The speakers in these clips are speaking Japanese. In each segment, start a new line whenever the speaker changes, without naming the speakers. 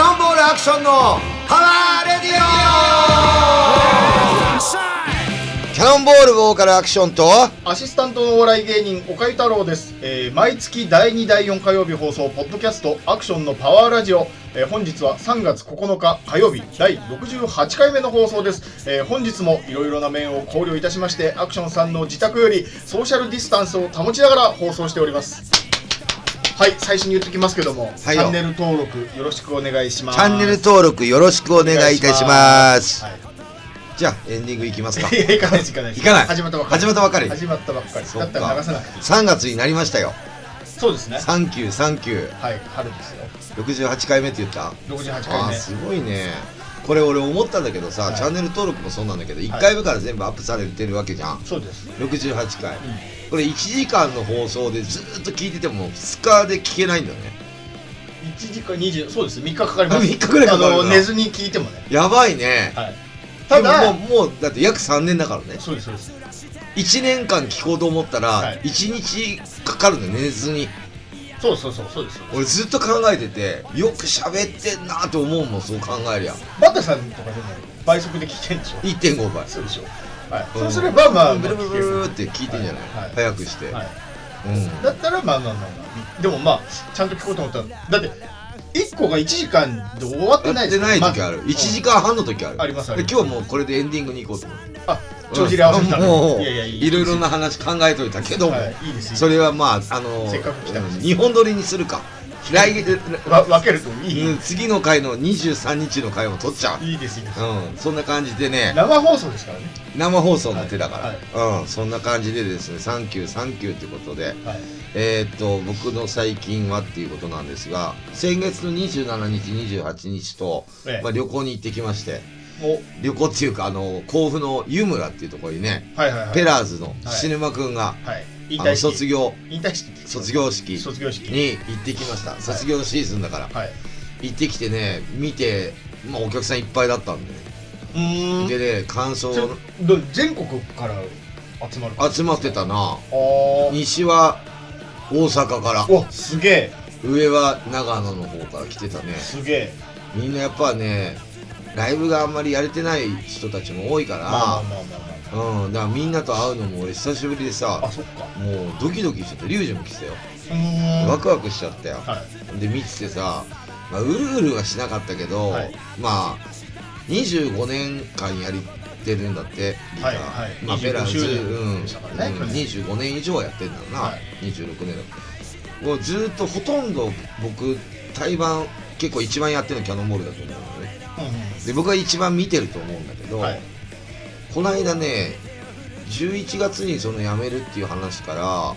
ションのパワーレディオキャノンボールボーカルアクションと
アシスタントのお笑い芸人、岡井太郎です、えー毎月第2、第4火曜日放送、ポッドキャスト、アクションのパワーラジオ。えー本日は3月9日火曜日、第68回目の放送です。えー本日もいろいろな面を考慮いたしまして、アクションさんの自宅よりソーシャルディスタンスを保ちながら放送しております。はい、最初に言ってきますけども、チ
はいよ
ャンネル登録よろしくお願いします。
チャンネル登録よろしくお願いいたします
はい
じゃあエンデ ィングいき ますか
いや、行かないです、行かないです。
行かない
始まったばっかり。
始まったばっかり
始まったばっかり。
そ
だ
っ
っ
か
たら流さない。
3月になりましたよ
そうですね。
サンキューサンキュー
はい、春ですよ。
68回目って言った
68
あ
回
ー
目。
すごいねこれ俺思ったんだけどさ、
はい
チャンネル登録もそうなんだけど1回目から全部アップされてるわけじゃん
そうです。
68回、これ1時間の放送でずっと聞いてても2日で聞けないんだよね
1時間20、そうです。3日かかります。
あ三日くらいかかるな
あの、寝ずに聞いてもね。
やばいね、
はい。た
で
だ、
ももうもうだって約3年だからね
そうです、そうです。
1年間聞こうと思った
は
ら
い
1日かかるのよ寝ずに
そうそうそう、そうです。そうです
俺ずっと考えててよく喋ってんなと思うもんそう考えりゃ
バタさんとかでも倍速で聞いてるんでしょ。
1.5倍
そうでしょ。はい。そうすれば、まあ、
ブ
まあ
ルブル
聞
ブ
け
ルブ
る
ルって聞いてんじゃない、
はいはい
早くして、
はい。
うん
だったら、まあまあまあまあ。でもまあ、ちゃんと聞こうと思ったら、だって、1個が1時間で終わってな
や
い
っ
で
て
す
ない時ある、1時間半の時ある
ありますあり
で
ます
今日もうこれでエンディングに行こうと思って
あ、帳尻合わせた
うんもう
いやいやいい
いろいろな話考えといたけども、
はいいいですいいです
それはまああの
せっかく来たし
うん日本撮りにするか来月
わ分けるといい、
うん次の回の23日の回も撮っちゃ
いいですいいです、
う、うん、そんな感じでね
生放送ですからね
生放送の手だから、
はい
うん、そんな感じでですね「サンキューサンキュー」ってことで、
はい
えーっと僕の最近はっていうことなんですが先月の27日28日と、
ええ
まあ、旅行に行ってきまして
お
旅行っていうかあの甲府の湯村っていうところにね、
はいはいはい
ペラーズの菱沼君が、
はい引
あ
退
の
式
卒業
引退式
卒業式
卒業式
に行ってきました、卒業シーズンだから、
はい
行ってきてね見て、まあ、お客さんいっぱいだったんでね、
うーん
でね感想
ちょど全国から集まる
集まってたな
あー
西は大阪から
おすげえ
上は長野の方から来てたね
すげえ
みんなやっぱねライブがあんまりやれてない人たちも多いから、
まあまあまあ
うんだからみんなと会うのも俺久しぶりで
まああ
さ
そっか
もうドキドキしちゃってリュウジも来てたよ
うーん
ワクワクしちゃったよ、
はい
で見ててさ、まあ、うるうるはしなかったけど、
はい
まあ25年間やりてるんだってギター
はいはい
まあ
25
ベラーズ、
周年
うん
でしたからね
うん25年以上はやってんだろうな、
はい
26年だってもうずっとほとんど僕対バン結構一番やってるのキャノンボールだと思うのね
うん
で僕が一番見てると思うんだけど、
うんはい
この間ね11月にその辞めるっていう話から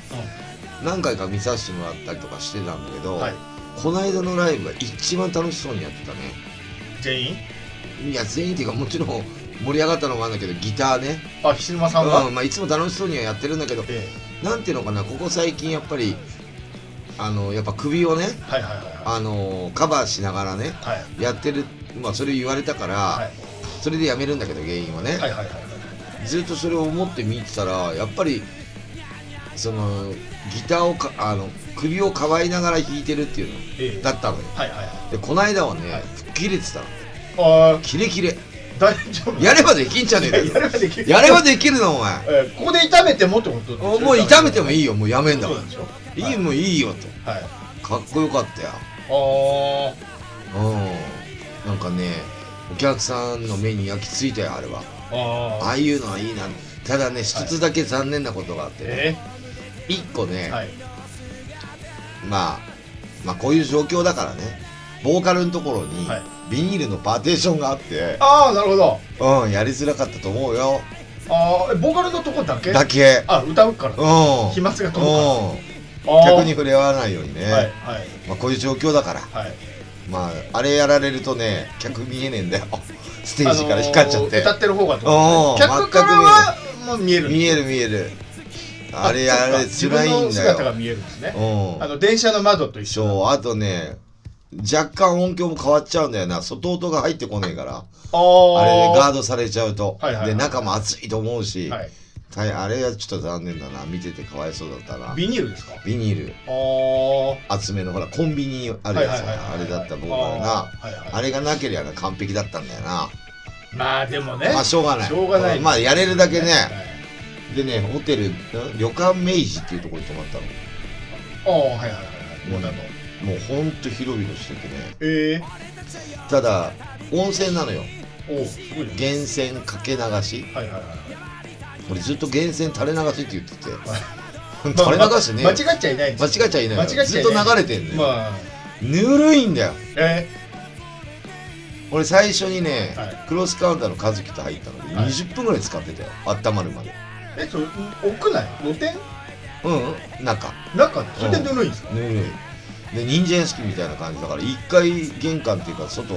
何回か見させてもらったりとかしてたんだけ
う
ど、
んはい
この間のライブが一番楽しそうにやってたね
全員
いや全員っていうかもちろん盛り上がったのもあるんだけどギターね、
あ菱沼さんは
うんまあ、いつも楽しそうにはやってるんだけど
え
なんていうのかなここ最近やっぱりあのやっぱ首をね
えはいはいはいは
あのカバーしながらね
いはい
やってるまあそれ言われたから、
はい
それでやめるんだけど原因はね、
はいはいはい
ずっとそれを思って見てたらやっぱりそのギターをかあの首をかばいながら弾いてるっていう
ええ
のだったのよ
はいはいはい
でこの間はね、
はい
吹っ切れてたの
あー
キレキレ
大丈夫
やればできんじゃねえ
い
か
や
よ
やればできる
やればできるなお前
えーここで炒めてもってこと
もうもう痛めても
い
いいよもうやめんだ
そう
も
なん
ん
でしょ
いいもういいよと
はい
かっこよかったよ
あ
うんなんかねお客さんの目に焼き付いたよあれは
ーあ
あ
ー
あいうのはいいなただね一つだけ残念なことがあってね
え
一個ね、
ーはい
まあまあこういう状況だからねボーカルのところに
はい
ビニールのパーテーションがあって、
ああなるほど
うんやりづらかったと思うよ
ああボーカルのとこだけ
だけ
あ歌うから
うん
飛沫が飛ぶか
う
ら
ん
あー
客に触れ合わないようにね、
はいはい
まあ、こういう状況だから
はい
まああれやられるとね客見えねえんだよ ステージから光っちゃっ
あのー
て、
歌ってる方がってこ
お
と
ー
ね客からはもう見える
見える見えるあれやられ
そ
づ
っから
い
自分
ん
の
だ
姿が
よ
見えるんですねあ
う
の電車の窓と
ん
一緒
そうあとね若干音響も変わっちゃうんだよな外音が入ってこねえからあ
あ
れでガ
あ
ードされちゃうと、
はいはいはい
で中も暑いと思うし、
はい
大あれはちょっと残念だな見ててかわいそうだったな
ビニールですか
ビニール
ああ
厚めのほらコンビニあるやつあれだった僕はな
あーはいは
あれがなけりゃな完璧だったんだよな。
い、まあでもね
まあしょうがない。
しょうがない
まあやれるだけね。
はい
でね、ホテル、ん旅館明治っていうところに泊まったの。
ああはいはいはい
うん
はいもうだと
もうほんと広々しててね。
ええ
ただ、温泉なのよ。
おおすごいね
源泉かけ流し。
はいはいはい
俺ずっと源泉垂れ流しって言って て。
はい
垂れ流してね。
まあ間違っちゃいないんで
間
す
違っちゃいないよ。
間違っち
ず
ゃ
っ
い
と
ない
流れてんのよ。
まあ
ぬるいんだよ。
え
俺最初にね、
はい
クロスカウンターの和樹と入ったので、
はい
20分ぐらい使ってたよ。温まるまで。
えそれ屋内露天
うん、中。
中でそれでぬるいんですか、
ねえで忍者屋敷みたいな感じだから一回玄関っていうか外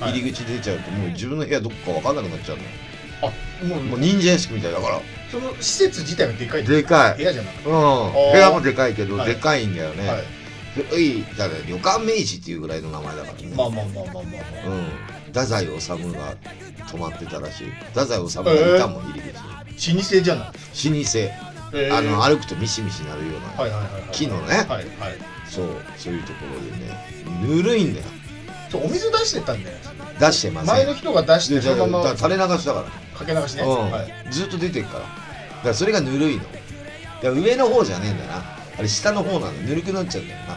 入り口出ちゃうともう自分の部屋どこか分かんなくなっちゃうのよ
あもう
もう忍者屋敷みたいだから
その施設自体がでかいんです
でか
か部
い
屋じゃなくて
うん部屋もでかいけど
はい
でかいんだよね、
はい
古いだから旅館明治っていうぐらいの名前だからね、
まあまあまあまあまあまあ
うん太宰治が泊まってたらしい太宰治がいたもん入り口
老舗じゃないですか、
に老
え
舗あの
は
歩くとミシミシなるような、
いはいはいはい
木のね
はいはい
そうそういうところでねぬるいんだよ
そうお水出してたんじゃないですか
出してません
前の人が出して
で
そのまま
垂れ流しだから
かけ流しね、
うん
はい、
ずっと出てるからだからそれがぬるいのだから上の方じゃねえんだなあれ下の方なのぬるくなっちゃうんだよな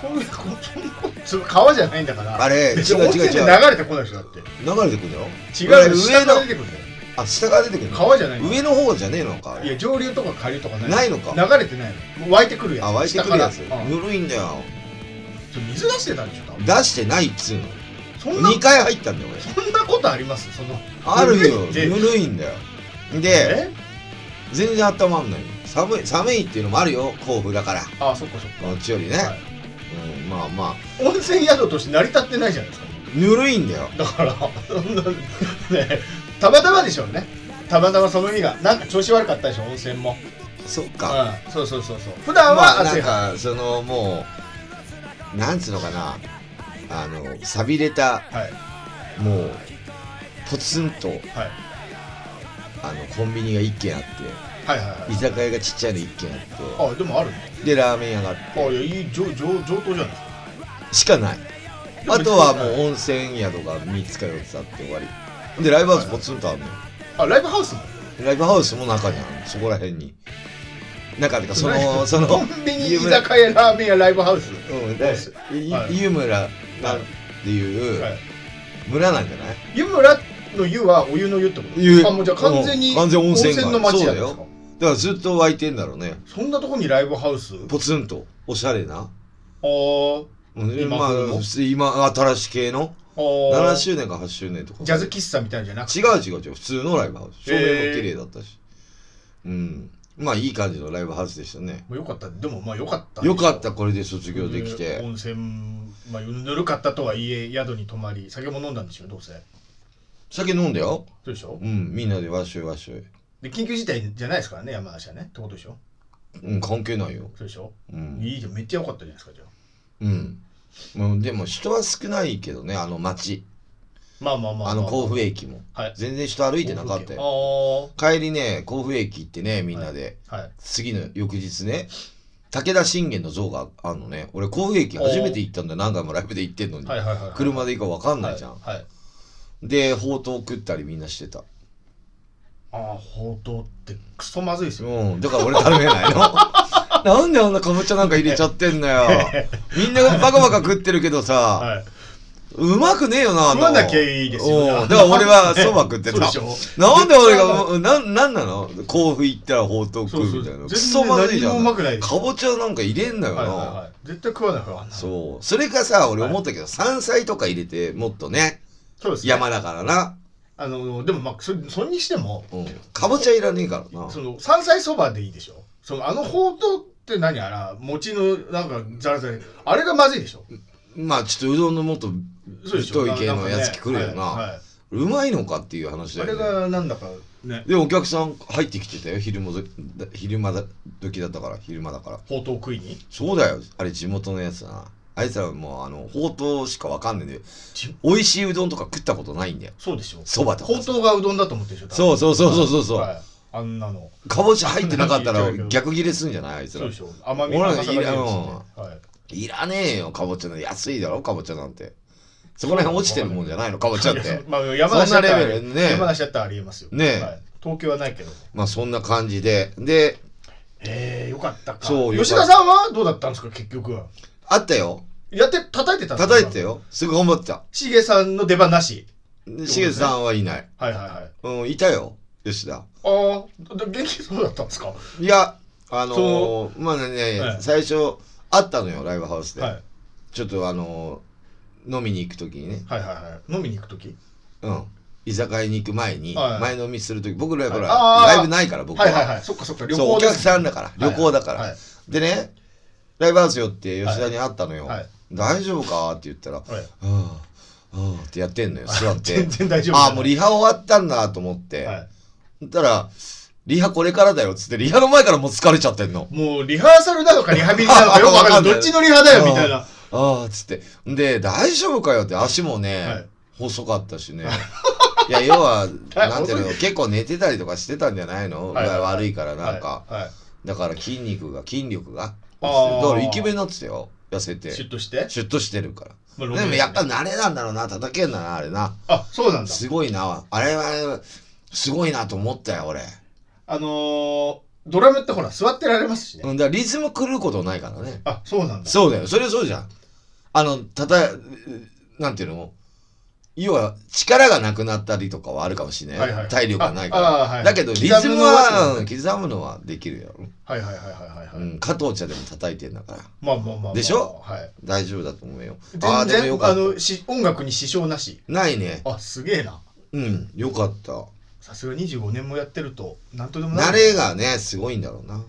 そういうことそんなことその川じゃないんだから
あれ
別に
違う
温泉で
違う違う
流れてこないでしょだって
流れてくるよ
違う
上
よ
の
下から出てくるんだよ
あ下から出てくるの
川じゃないの
上の方じゃねえのかあ
い
れ
や上流とか下流とかない
ないのか
流れてないのもう湧いてくるやつ
あ湧いてくるやつ
下からうん
ぬるいんだよ
そう水出してたんでしょ多分
出してないっつうの
そんな
2回入ったんだよ俺
そんなことありますその
あるよ
ぬ
ぬ
るいって
るいんだよで
え
全然温まんない寒い寒いっていうのもあるよ甲府だから
あそっかそっか
こっちよりね、
はい
うん、まあまあ
温泉宿として成り立ってないじゃないですか
ぬるいんだよ
だからそんなねたまたまでしょうねたまたまその日がなんか調子悪かったでしょ温泉も
そっか
うんそうそうそうそう普段
ま
は
あな
暑
ん
いは
かそのもうなんつうのかなあの錆びれた
いはい
もうポツンと
はい
あのコンビニが1軒あっ
はいはい
て居酒屋がちっちゃいの1軒あっ
はいあでもあるね
てでラーメン屋があっ
あいやいい上上上等じゃないですか
てしかない
でも
あとはもう温泉宿が3つか4つあって終わりでライブハウスポツンとあるのよ
あライブハウスも
ライブハウスも中にあるのそこら辺に中っていうかそのその
コ ンビニ居
有名な
酒屋ラーメン屋ライブハウス
うんだい
はい
湯村なんていう
はい
村なんじゃない
湯村の湯はお湯の湯ってこと
湯
あもうじゃあ完全に
うん完全温泉街
の街じゃないで
そ
す
う
か
だからずっと湧いてんだろうね
そんなとこにライブハウス
ポツンとおしゃれな
あー
うん
今
まあ
風の
普通今新しい系の
あ
7
ー
周年か8周年とか
ジャズ喫茶みたいなのじゃなくて
違う違う違う普通のライブハウス照明も
へー
綺麗だったしうんまあいい感じのライブハウスでしたね
まあよかったでもまあよかった
よかったこれで卒業でき
えー
て
温泉まあぬるかったとはいえ宿に泊まり酒も飲んだんでしょどうせそ
酒飲んだよ
うでしょ
うんみんなでわっしょいわっしょい
で緊急事態じゃないですからね山梨はねってことでしょ
うん関係ないよ
そうでしょ
うん、
いいじゃんめっちゃ良かったじゃないですかじゃあ
うん、もうでも人は少ないけどねあの街
まあまあまあま
あの甲府駅も
はい
全然人歩いてなかったよ
よ
帰りね甲府駅行ってねみんなで、
あーはい
次の翌日ね武田信玄の像があるのね俺甲府駅初めて行ったんだよ何回もライブで行ってんのに、
はいはいはい
車で行くか分かんないじゃん、
はいはい
でほうとう食ったりみんなしてた
ああ報道ってクソまずいですよ
うんだから俺食べないの なんであんなかぼちゃなんか入れちゃってんの よみんながバカバカ食ってるけどさ、
はいう
まくねえよなあ
食わなきゃいいですよね
うんだから俺はそば食ってた
そうでしょ
なんで俺が
絶
うんなんなんなの甲府行ったらほうとう食うみたいな
そうそう
クソまずいじゃ
全然何
ん
もうまくないでし
か
ょ
ぼちゃなんか入れんなよな、
はいはいはい絶対食わないからあんなの
そう。それかさ、俺思ったけど、山菜とか入れて、もっとね、
そうですね
山だからな。
あのでもまあそれそれにしても
うん。かぼちゃいらねえからな。
その山菜そばでいいでしょそのあのほうとうって何やら餅のなんかザラザラあれがまずいでしょ
まあ、ちょっとうどんのもっと、
そうでしょ
太い系の
なんかね
やつ来るよな
はいは
うまいのかっていう話
いあ
だ
れ
よね。
がなんだかね
で、お客さん入ってきてたよ。昼もど、昼間だ、時だったから、昼間だから。
ほうとう食いに
そうだよ。あれ、地元のやつだな。あいつらはもう、あの、ほうとうしかわかんねえんだよ
ち。
美味しいうどんとか食ったことないんだよ。
そうでしょ
そばと
ほ
か
う。とうがうどんだと思ってるでしょ
そうそうそうそうそうそう。
はいあんなの
かぼちゃ入ってなか ったら
なんか言ってたけど
逆ギレすんじゃないあいつ
そ
ら
うでしょ甘み
俺
が
ら
高さが出るしねはい
いらねえよかぼちゃの安いだろかぼちゃなんてそこら辺落ちてるもんじゃないのかぼちゃっ
いや
て
まあ、山梨だった
そんなレ
ら、
ベルね
山梨だったらありえますよ。
ねえ
はい東京はないけど。
まあそんな感じでで
へえ、よかったか。
そう
吉
よか
田
っ
さんはどうだったんですか、結局は。
あったよ
やって、叩いてたんですか
叩いてた。よすぐ頑張ってた
しげさんの出番なし。
でしげさんはいない
はいはいはい。
うんいたよ吉田
ああ、で元気そうだったんですか。はい
やあの
そ
ーまあね、
はい
最初あったのよライブハウス
い
で、ちょっとあのー飲みに行く時にね、
はいはいはい。飲みに行くとき。
うん、居酒屋に行く前に、
はい
前飲みする時僕らほら、
はいあー
ライブないから僕は,、
はいはいはい。そっかそっか。旅
そう
行
お
で
客
す。
さんだから旅行だから、
はいはい
でねライブハウスよって吉田に会ったのよ、
はいはい
大丈夫かって言ったら「は
はい
あはあ」ってやってんのよ座って
全然大丈夫。
ああもうリハ終わったんだと思って、
はい
そしたら「リハこれからだよ」っつってリハの前からもう疲れちゃってんの
もうリハーサルなのかリハビリなのかよくわ かんない。どっちのリハだよみたいな。
ああっつってで大丈夫かよって足もね、
はい
細かったしねいや要 は
はい
なんていうの結構寝てたりとかしてたんじゃないの、
はいはいはい
悪いからなんか、
はいはい。
だから筋肉が筋力がだ
あー
からイケメンになってたよ痩せて
シュ
シ
ッとして。
ュッとしてるから
まあ
でもやっぱ慣れなんだろうな叩けんだなあれな
あ、そうなんだ。
すごいなあれはあれはすごいなと思ったよ俺
あのー、ドラムってほら、座ってられますしね。
うんだからリズム狂うことないからね
あ、そうなんだ。
そうだよ。それそうじゃん。あの、たた、なんていうの要は、力がなくなったりとかはあるかもしれない。
はいはい
体力がないか
ああー、は
ら。
い。
だけど、リズムは、うん刻むのはできるよ。
はいはいはいはいは
う
い。はい
ん、加藤茶でも叩いてんだから。
まあまあまあまあ。
でしょ
はい。
大丈夫だと思うよ。ああ、
全
でもよ
然、
か
あ
っ
の、し音楽に支障なし。
た。ないね。
あ、すげえな。
うん、よかった。
さすが25年もやってると、なんとでもな
慣れがね、すごいんだろうな。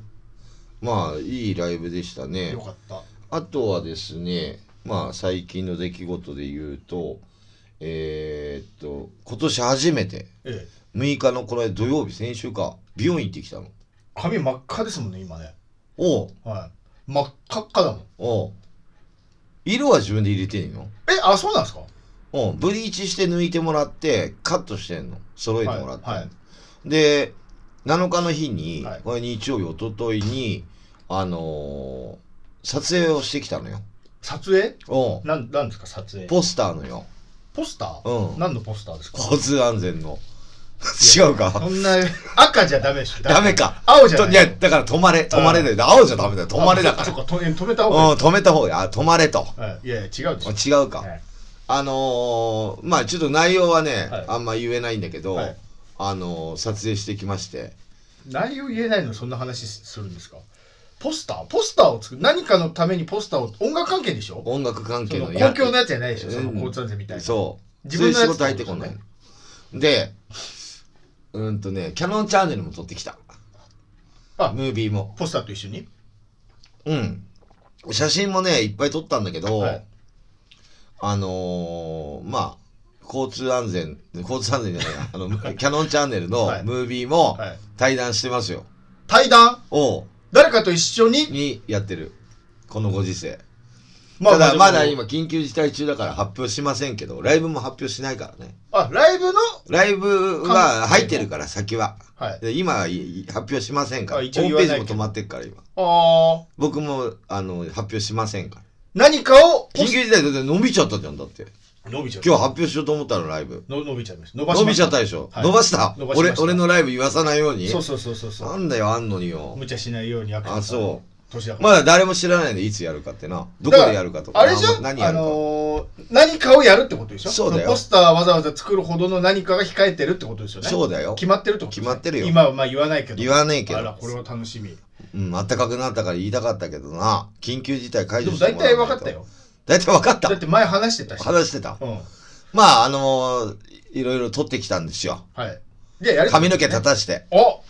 まあ、いいライブでしたね
よ。かった。
あとはですね、まあ、最近の出来事で言うと、えーっと、今年初めて、
ええ。
6日のこれ土曜日先週か美容院行ってきたの
髪真っ赤ですもんね、今ね。
おう
はい。真っ赤っかだもん。
おう色は自分で入れてんの
え、あ、そうなんですか
おうブリーチして抜いてもらってカットしてんの揃えてもらって、
はいは
で7日の日に、
はい
これ日曜日一昨日にあのー撮影をしてきたのよ
撮影
おう
なん、なんですか、撮影。
ポスターのよ
ポスター
うん
何のポスターですか
交通安全の
いや
違うか
そ んな、赤じゃダメでしょ。
ダメか
青じゃない
いやだから止まれ止まれで、青じゃダメだよ止まれだか
あ
ら
そっか、とえ止めた方がいい
うん止めた方がいいあ止まれと
はい、いやいや違うでし
違
ょ。
うか、
はい
あのーまあちょっと内容はね、
はい
あんま言えないんだけど、
はい
あのー撮影してきまして
内容言えないのにそんな話するんですかポスターポスターを作る何かのためにポスターを音楽関係でしょ
音楽関
そ
係
の
の
公共のやつじゃないでしょ、その
うん
交通安全みたいな。
そう
自
自分
分
の仕
のやつ
事入ってこない
って
でうんとねキャノンチャンネルも撮ってきた
あ
ムービーも
ポスターと一緒に
うん写真もねいっぱい撮ったんだけど、
はい
あのーまあ交通安全交通安全じゃないなあ のキャノンチャンネルの
はい
ムービーも
はい
対談してますよ、
対談
おう
誰かと一緒に、
にやってるこのご時世
ま
ただまだ
でも
今緊急事態中だから発表しませんけどライブも発表しないからね
あ、ライブの、
ライブは入ってるから先は
はい。
で今はい発表しませんから
あ
ホ
一
ー
応
ムペー
言わな
ジ
い
も
けど
止まってるから今
あー
僕もあの発表しませんから
何かを、
緊急事態だって伸びちゃったじゃんだって
伸びちゃう。
今日発表しようと思ったのライブ
の伸びちゃいました。伸ばし
伸
ま
び
し
ち
た
ゃったでしょ、
はい
伸ばした
伸ばしま
俺
した
俺のライブ言わさないように
そうそうそうそうそ
な
う。
んだよあんのによ
無茶しないようにアクション。
あそう
年だから。
まだ誰も知らないでいつやるかってなどこでやるかとか
あれじゃん
何
何
や
あ
るか、
のー何かをやるってことでしょ
そうだよ
のポスターわざわざ作るほどの何かが控えてるってことですよね
そうだよ
決まってるってことです
決
ね
まってるよ
今はまあ言わないけど
言わねえけど
あらこれは楽しみ
うん、暖かくなったから言いたかったけどな、緊急事態解
で
除
も
して
大
もら
体
わ
分
ない
かっ
と
たよ
大体分かった
だって前話してたし
話してた。
うんは
まあ、あのーいろいろ撮ってきたんですよ。
いじゃあやる
髪の毛立たして、
お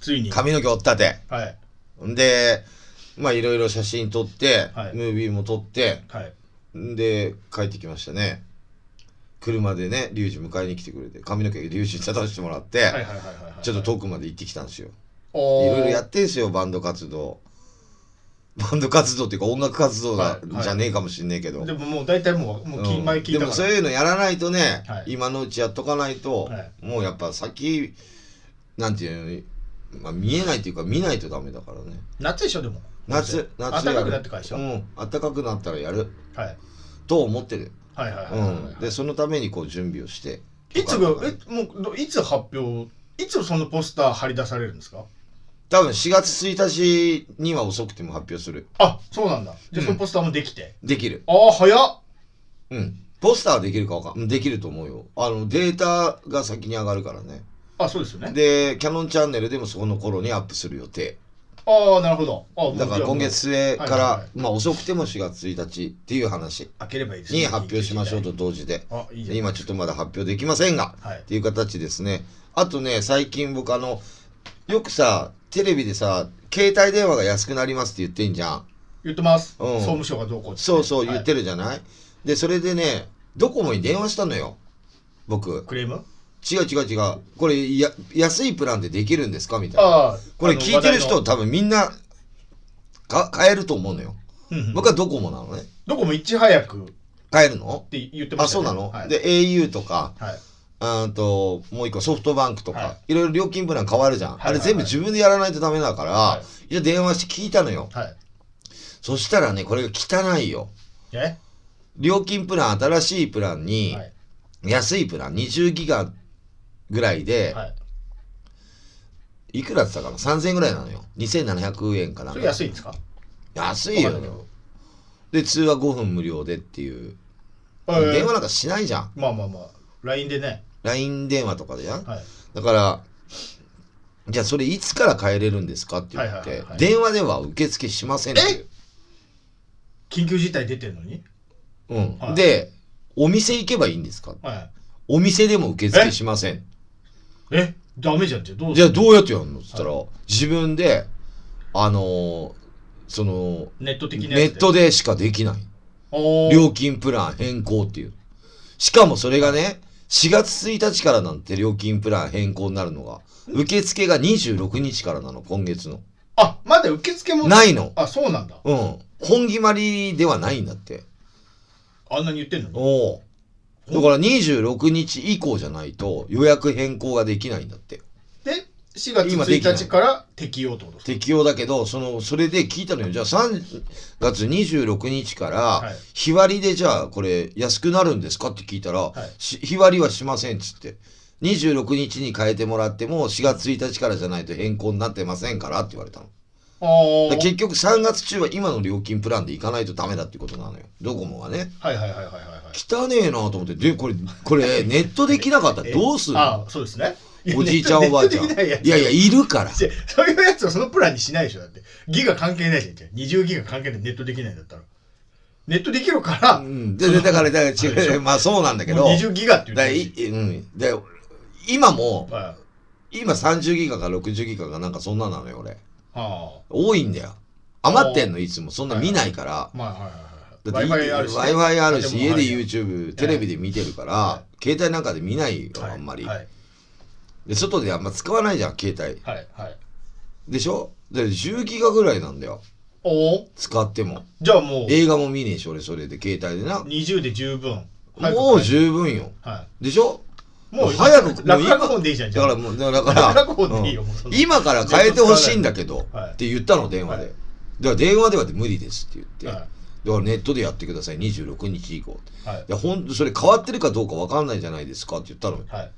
ついにはい
髪の毛折ったて。
はい
んで、まあ、いろいろ写真撮って、
はい
ムービーも撮って、
はい
んで、帰ってきましたね。車でね、リュウジ迎えに来てくれて、髪の毛リュウジに立たせてもらって、
はいはいはいはい
ちょっと
と
遠くまで行ってきたんですよ。い
お
ろいろやっ
っ
てんすよ、バンド活動。バンド活動っていうか音楽活動だ、
はいはい
じゃねえかもしんねえけど。
でももう大体もうもうき
うん
前聞い
で
た
も
か
そう
ら
いうのやらないとね、
はい
今のうちやっとかないと、
はい
もうやっぱ先なんていうの、まあ、見えないというか見ないとダメだからね
夏でしょでも
夏夏やる
暖かくなってからでしょ、
うん暖かくなったらやる
はい、
と思ってる、
はいはいは
う
いはいはい、
ん、でそのためにこう準備をして
いつがえもうどいつ発表いつそのポスター貼り出されるんですか
多分4月1日には遅くても発表する
あそうなんだじゃ
うん
あそのポスターもできて、
できる
ああ早っ
うんポスターはできるかわかんうんできると思うよあのデータが先に上がるからね
あそうですよね
でキャノンチャンネルでもそこの頃にアップする予定
ああなるほどあ
だから今月末から、
はいはいはい
まあ遅くても4月1日っていう話
開ければいいですね
に発表しましょうと同時で
あいいじゃん
今ちょっとまだ発表できませんが
はい
っていう形ですねあとね最近僕あのよくさテレビでさ携帯電話が安くなりますって言ってんじゃん
言ってます、
うん
総務省がどうこうって
そうそう
はい
言ってるじゃない、でそれでねドコモに電話したのよ僕
クレーム
違う違う違うこれや安いプランでできるんですかみたいな
ああ
これ聞いてる
あの
人多分みんなか買えると思うのよ
話題のうんうん
僕はドコモなのね
どこもいち早くっ
買えるの
て言ってま
あ
した
そうなの、
はい、
で au とか
はい、
あーともう一個ソフトバンクとか、、
はい
ろいろ料金プラン変わるじゃん、
いはいはい
あれ全部自分でやらないとダメだから、
は
じゃあ電話して聞いたのよ
はい、
そしたらねこれが汚いよ
え
料金プラン新しいプランに、
はい
安いプラン20ギガぐらいで、
はい
い、くらって言ったかな3000円ぐらいなのよ2700円かな
それ安いんですか
安い
わ
よ
かんないけど
で通話5分無料でっていう、
えー
電話なんかしないじゃん
まあまあまあ LINE でね
LINE 電話とかでやん
はい
だからじゃあそれいつから変えれるんですかって言って、
はいはいはいはい
電話では受付しませんっていう
緊急事態出てるのに
うん
はい
でお店行けばいいんですか
はい
お店でも受付しません
えダメじゃんじゃあどう
じゃあどうやってやるのって言ったら、自分であのーその
ネット的な
ネットでしかできない
量
料金プラン変更っていう。しかもそれがね、4月1日からなんて料金プラン変更になるのが、受付が26日からなの、今月の。
あまだ受付も
ないの。
あそうなんだ
うん。本決まりではないんだって。
あんなに言ってんのに
おお。だから26日以降じゃないと予約変更ができないんだって。
で4月
今できない
1日から適用ってことです
適用だけど、その、それで聞いたのよ。じゃあ3月26日か
は
ら
い、
日割りでじゃあこれ安くなるんですかって聞いたら、
い
し日割りはしませんっつって。26日に変えてもらっても4月1日からじゃないと変更になってませんからって言われたの。
あ
だから
ー
結局3月中は今の料金プランで行かないとダメだってことなのよ。ドコモはね。
はいはいはいはいはいはい
汚ねえなと思って。で、これ、これネットできなかった らどうするの
あそうですね
おじいちゃんおばあちゃん。い
ネット
や
できないいやつ
や、いるから。
違うそういうやつはそのプランにしないでしょだってギガ関係ないじゃん20ギガ関係ないネットできないんだったらネットできるから、
う
も
ん。で、でだから、だから違う。 まあそうなんだけど。
う20ギガって言
だ
っ
から
て
い
るし
うん。で、今も、
は
今30ギガか60ギガかなんかそんななのよ、俺。
いは
多いんだよ。余ってんの、いつも。そんな見ないから
あ。まあはい
だ
はいはい Wi-Fi あるしね
Wi-Fi あるし、
でも
家で
はい
YouTube、テレビで見てるから
は、
携帯なんかで見ないよ、
はい
あんまり
は。い
で、外であんま使わないじゃん、携帯。
はいはい
でしょで、10ギガぐらいなんだよ。
おお
使っても。
じゃあもう
映画も見ねえし、俺、それで、携帯でな。
20で十分早く
もう十分よ。
は
でしょ
いもう
早く
楽
もう
々本でいいじゃんじ
だ
ゃ
か
あ
らもう、だから、
楽々でいいよもうそんな
今から変えてほしいんだけど、
はい
って言ったの、電話で。
はい
だから電話では無理ですって言って、
はい
だからネットでやってください、26日以降。
はい
いや、ほんと、それ変わってるかどうか分かんないじゃないですかって言ったのよ。
はい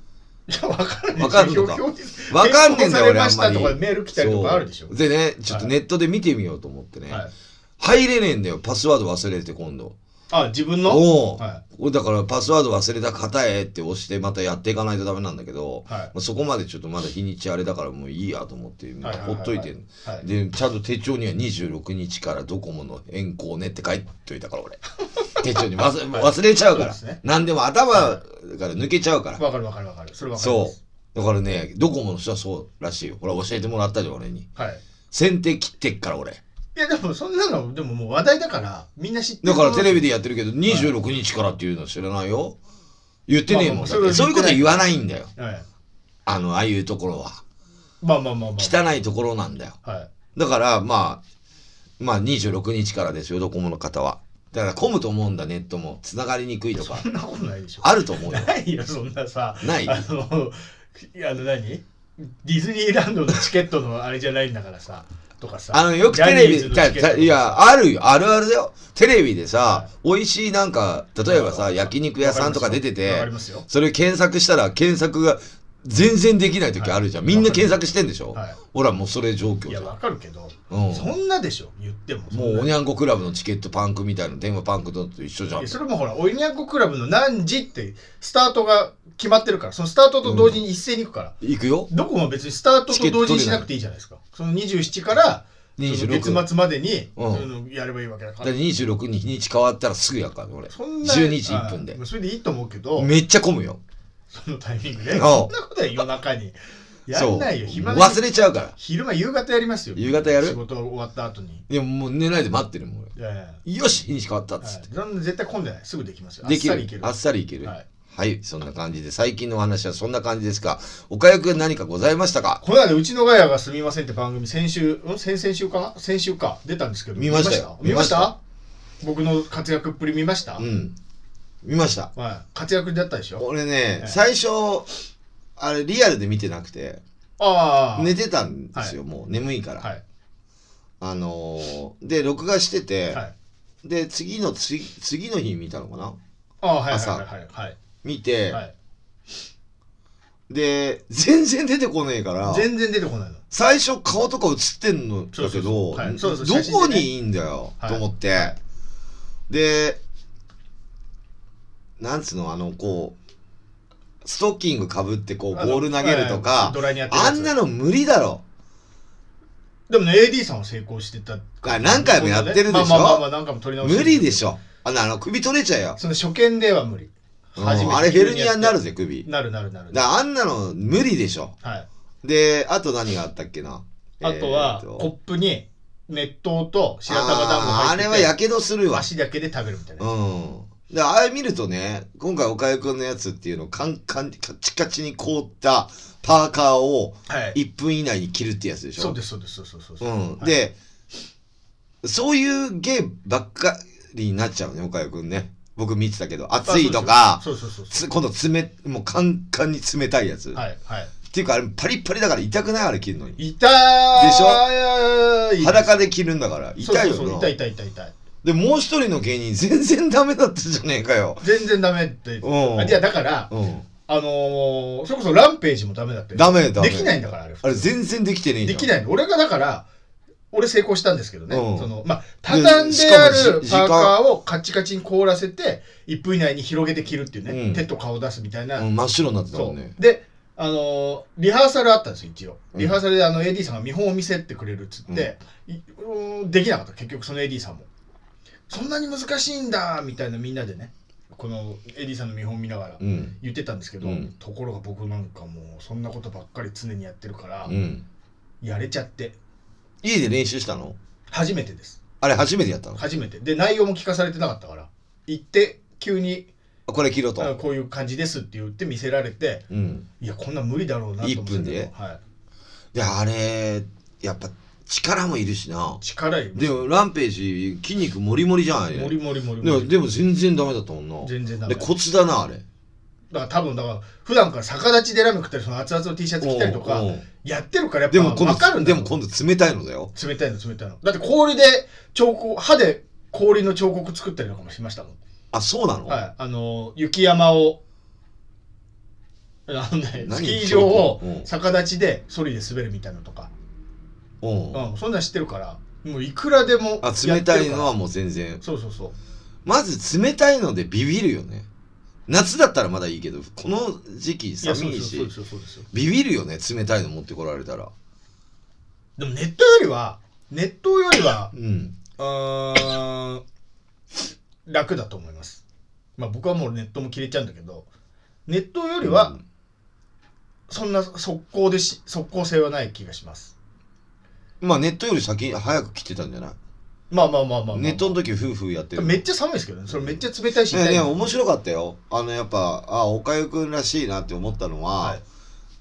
じゃあ分かる
わかるのか分かんねえんだよ、俺、あんまり。
とかメール来たりとかあるでしょ
そうでね、ちょっとネットで見てみようと思ってね、
はい
入れねえんだよ、パスワード忘れて今度。
あ自分の
おお、
は
だからパスワード忘れた方へって押してまたやっていかないとダメなんだけど、
はい
まあそこまでちょっとまだ日にちあれだからもういいやと思って
はいはいはい
ほっといてん
はい
でちゃんと手帳には26日からドコモの変更ねって書いといたから 俺手帳に忘れ忘れちゃうから
そうですね
何でも頭から抜けちゃうから
分かる分かる分かるそれ分かる
そうだからねドコモの人はそうらしいよほら教えてもらったじゃん俺に
うはい
先手切ってっから俺
いやでもそんなのでももう話題だからみんな知って
だからテレビ
で
でやってるけど26日からっていうの知らないよ言ってねえもん
まあまあ
だって
そ
そう
れ
い
は言ってない
こと言わない
う
んだよ
はい
あのああいうところは
まあまあまあま
汚
あ
いところなんだよ
はい
だからまあまあ26日からですよドコモの方はだから混むと思うんだネットもつながりにくいとか
そんなことないでしょ
あると思うよ
ないよそんなさ
ない
あのいやあの何ディズニーランドのチケットのあれじゃないんだからさとかさ
あの、よくテレビ、
ジャニーズの
じゃあ
チケットとかさ
いや、あるよ、あるあるだよ。テレビで
は
さ、美味しいなんか、例えばさ、焼肉屋さんとか出て
わかり
て、
ますよ
それ検索したら、検索が全然できない時あるじゃん。
はい
みんな検索してんでしょ
は
ほら、もうそれ状
い
況
い
じゃ
や
ん。
わかるけど、
うん
そんなでしょ言ってもそんな
もう、おにゃんこクラブのチケットパンクみたいな、電話パンクと一緒じゃ
い
ん
や。それもほらおにゃんこクラブの何時ってスタートが決まってるからそのスタートと同時に一斉に行くから、
行くよ。
どこも別にスタートと同時にしなくていいじゃないですかその27からその
26。
月末までに、
うん
そのやればいいわけだから
だ26日に日変わったらすぐやるからね、
そんな
12時1分で
あそれでいいと思うけど
俺。めっちゃ混むよ。
そのタイミングで
うん
そんなことは夜中にや
そ
ん
う。
ないよ暇
忘れちゃうから。
昼間夕方やりますよ
夕方やる
仕事終わった後に
でももう寝ないで待ってるもん。
いやいやはい
俺よし、日に変わったっつって。
そんな絶対混んでないすぐできますよ
でき
あっさりいけ
る
る
あっさりいける
はい
はいそんな感じで最近のお話はそんな感じですが岡谷くん何かございましたか
この間、うちのガヤがすみませんって番組、先週、ん先々週かな先週か、出たんですけど。
見ましたよ
見ました
見
僕の活躍っぷり見ました、
うん見ました
はい。活躍だったでしょ
俺ね、
ええ
最初あれリアルで見てなくて
ああ。
寝てたんですよ、もう眠いから、
はい。
あのーで録画してて、
はい。
で次のつ次の日見たのかな
ああ、はいはい
朝
はいはい
見
は
て、
い。はい。
で全然出てこねえから
全然出てこないの。
最初顔とか映ってんの
そう
だ
そ
け
うそう
ど
はいそうそう
ど
写
こ
真でね
にいいんだよ、
はい
と思って、でなんつうのあのこうストッキングかぶってこう
あの
ボール投げると
はいは
か
いドライにやってるやつ
あんなの無理だろ
でもね、AD さんは成功してたから。
あ何回もやってるでしょ
まあまあまあまあ、何回も取り直して
無理で
ょ。
しょあんなあの首取れちゃうよ、
その初見では無理。
うん
初めて
あれヘルニアになる
ぜ。
ぜ首だ
なるなるなる。
からあんなの無理でしょ
はい。
であと何があったっけな
あとは、
えー
コップに熱湯と白
あ
玉団子
ーあ
入って
れ
て
はやけどするわ
足だけで食べるみたいな。
うん。で、あれ見るとね、今回岡井くんのやつっていうのをカンカン、カチカチに凍ったパーカーを
はい。
1分以内に着るってやつでしょ
そうですそうですそうそうそうそうう、
ん。
はい
で、そういうゲーばっかりになっちゃうね、岡井くんね。僕見てたけど、暑いとか、
そうそうそうそ
つ今度冷、もうカンカンに冷たいやつ。
うはいはい
っていうか、あれパリッパリだから痛くないあれ着るのに。
痛い
でしょ
ょ
裸で着るんだから、痛いよな。
そうそうそう痛い痛い痛い痛い
で、もう一人の芸人全然ダメだったじゃねえかよ。
全然ダメって
うん
あいやだから
うん。
あのー、それこそランページもダメだって
ダメダメ
できないんだからあれ
あれ全然できてねえじ
で
ゃん。
きないの俺がだから俺成功したんですけどね、
うん
そのまあ畳んである
でしか
パ
も
ー
じ
カーをカチカチに凍らせて1分以内に広げて着るっていうね、
うん
手と顔を出すみたいな、
うん、真っ白になってた
そ
も
うん
ね。
であのーリハーサルあったんですよ一応
うん
リハーサルであの AD さんが見本を見せてくれるっつって、いうんできなかった結局その AD さんもそんなに難しいんだみたいなみんなでねこの AD さんの見本見ながら
うん。
言ってたんですけど、
うん
ところが僕なんかもうそんなことばっかり常にやってるから、
うん。
やれちゃって
家で練習したの
初めてです
あれ初めてやったの
初めてで内容も聞かされてなかったから行って急に
これ着ろ
あ
と。
こういう感じですって言って見せられて
うん。
いやこんなん無理だろうなと思ってたけど
一分で
はい、。
や、あれ、やっぱ力もいるしない
力いります
でも、ランページ、筋肉もりもりじゃない
も
ね。
りもりもり
で
も
も、
り
でも全然ダメだったもんな。
全然ダメ
で、
だ
コツだな、あれ。
から多分だから普段から逆立ちでラメ食ったりその熱々の T シャツ着たりと
おう
か
おう
やってるからやっぱ
でも今
分かる
度、
んだ
で
よ
も今度冷たいのだよ。
冷たいの冷たいのだって氷で彫刻歯で氷の彫刻作ったりとかもしましたもん、
あ、そうなの
はいあの雪山をあのねス
何
キー場を
彫刻うん
逆立ちでソリで滑るみたいなのとか、
うん。
うん、そんなん知ってるからもういくらでも
あ、
や
冷
ってるから
たいのはもう全然。
そうそうそう
まず冷たいのでビビるよね。夏だったらまだいいけど、この時期
いやそう
寒
で
い
すそう
し
で。すそうですよ
ビビるよね冷たいの持ってこられたら
でもネットよりはネットよりは
うん
うーん楽だと思います。まあ僕はもうネットも切れちゃうんだけど、ネットよりはそんな速攻でし速攻性はない気がします。
まあネットより先に早く来てたんじゃない、
まあまあまあまあまあ、
ネットの時夫婦やってる
めっちゃ寒いですけどね。それめっちゃ冷たいし
いや
痛い
でも面白かったよあのやっぱあおかゆくんらしいなって思ったのは、
はい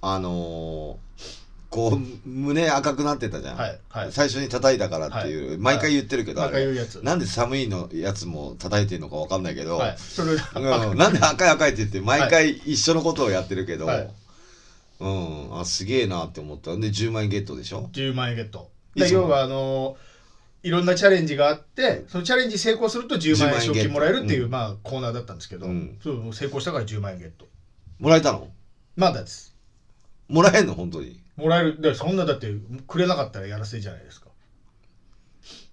あのーこう胸赤くなってたじゃん、
はいはい。
最初に叩いたからっていう、
はい
毎回言ってるけど、
なん
あ
か
れ
いうやつ。
なんで寒いのやつも叩いてんのかわかんないけど、
はい。それ
うんなんで赤い赤いって言って毎
は
回一緒のことをやってるけど、
はい
うんあすげえなって思ったんで10万円ゲットでしょ
10万円ゲット。
い
で
つも
要はあのいろんなチャレンジがあってそのチャレンジ成功すると10万円賞金もらえるっていう、
う
まあ、コーナーだったんですけど、
うん
そう成功したから10万円ゲット
もらえたの
まだです
もらえんの本当に
もらえるでそんなだってくれなかったらやらせじゃないですか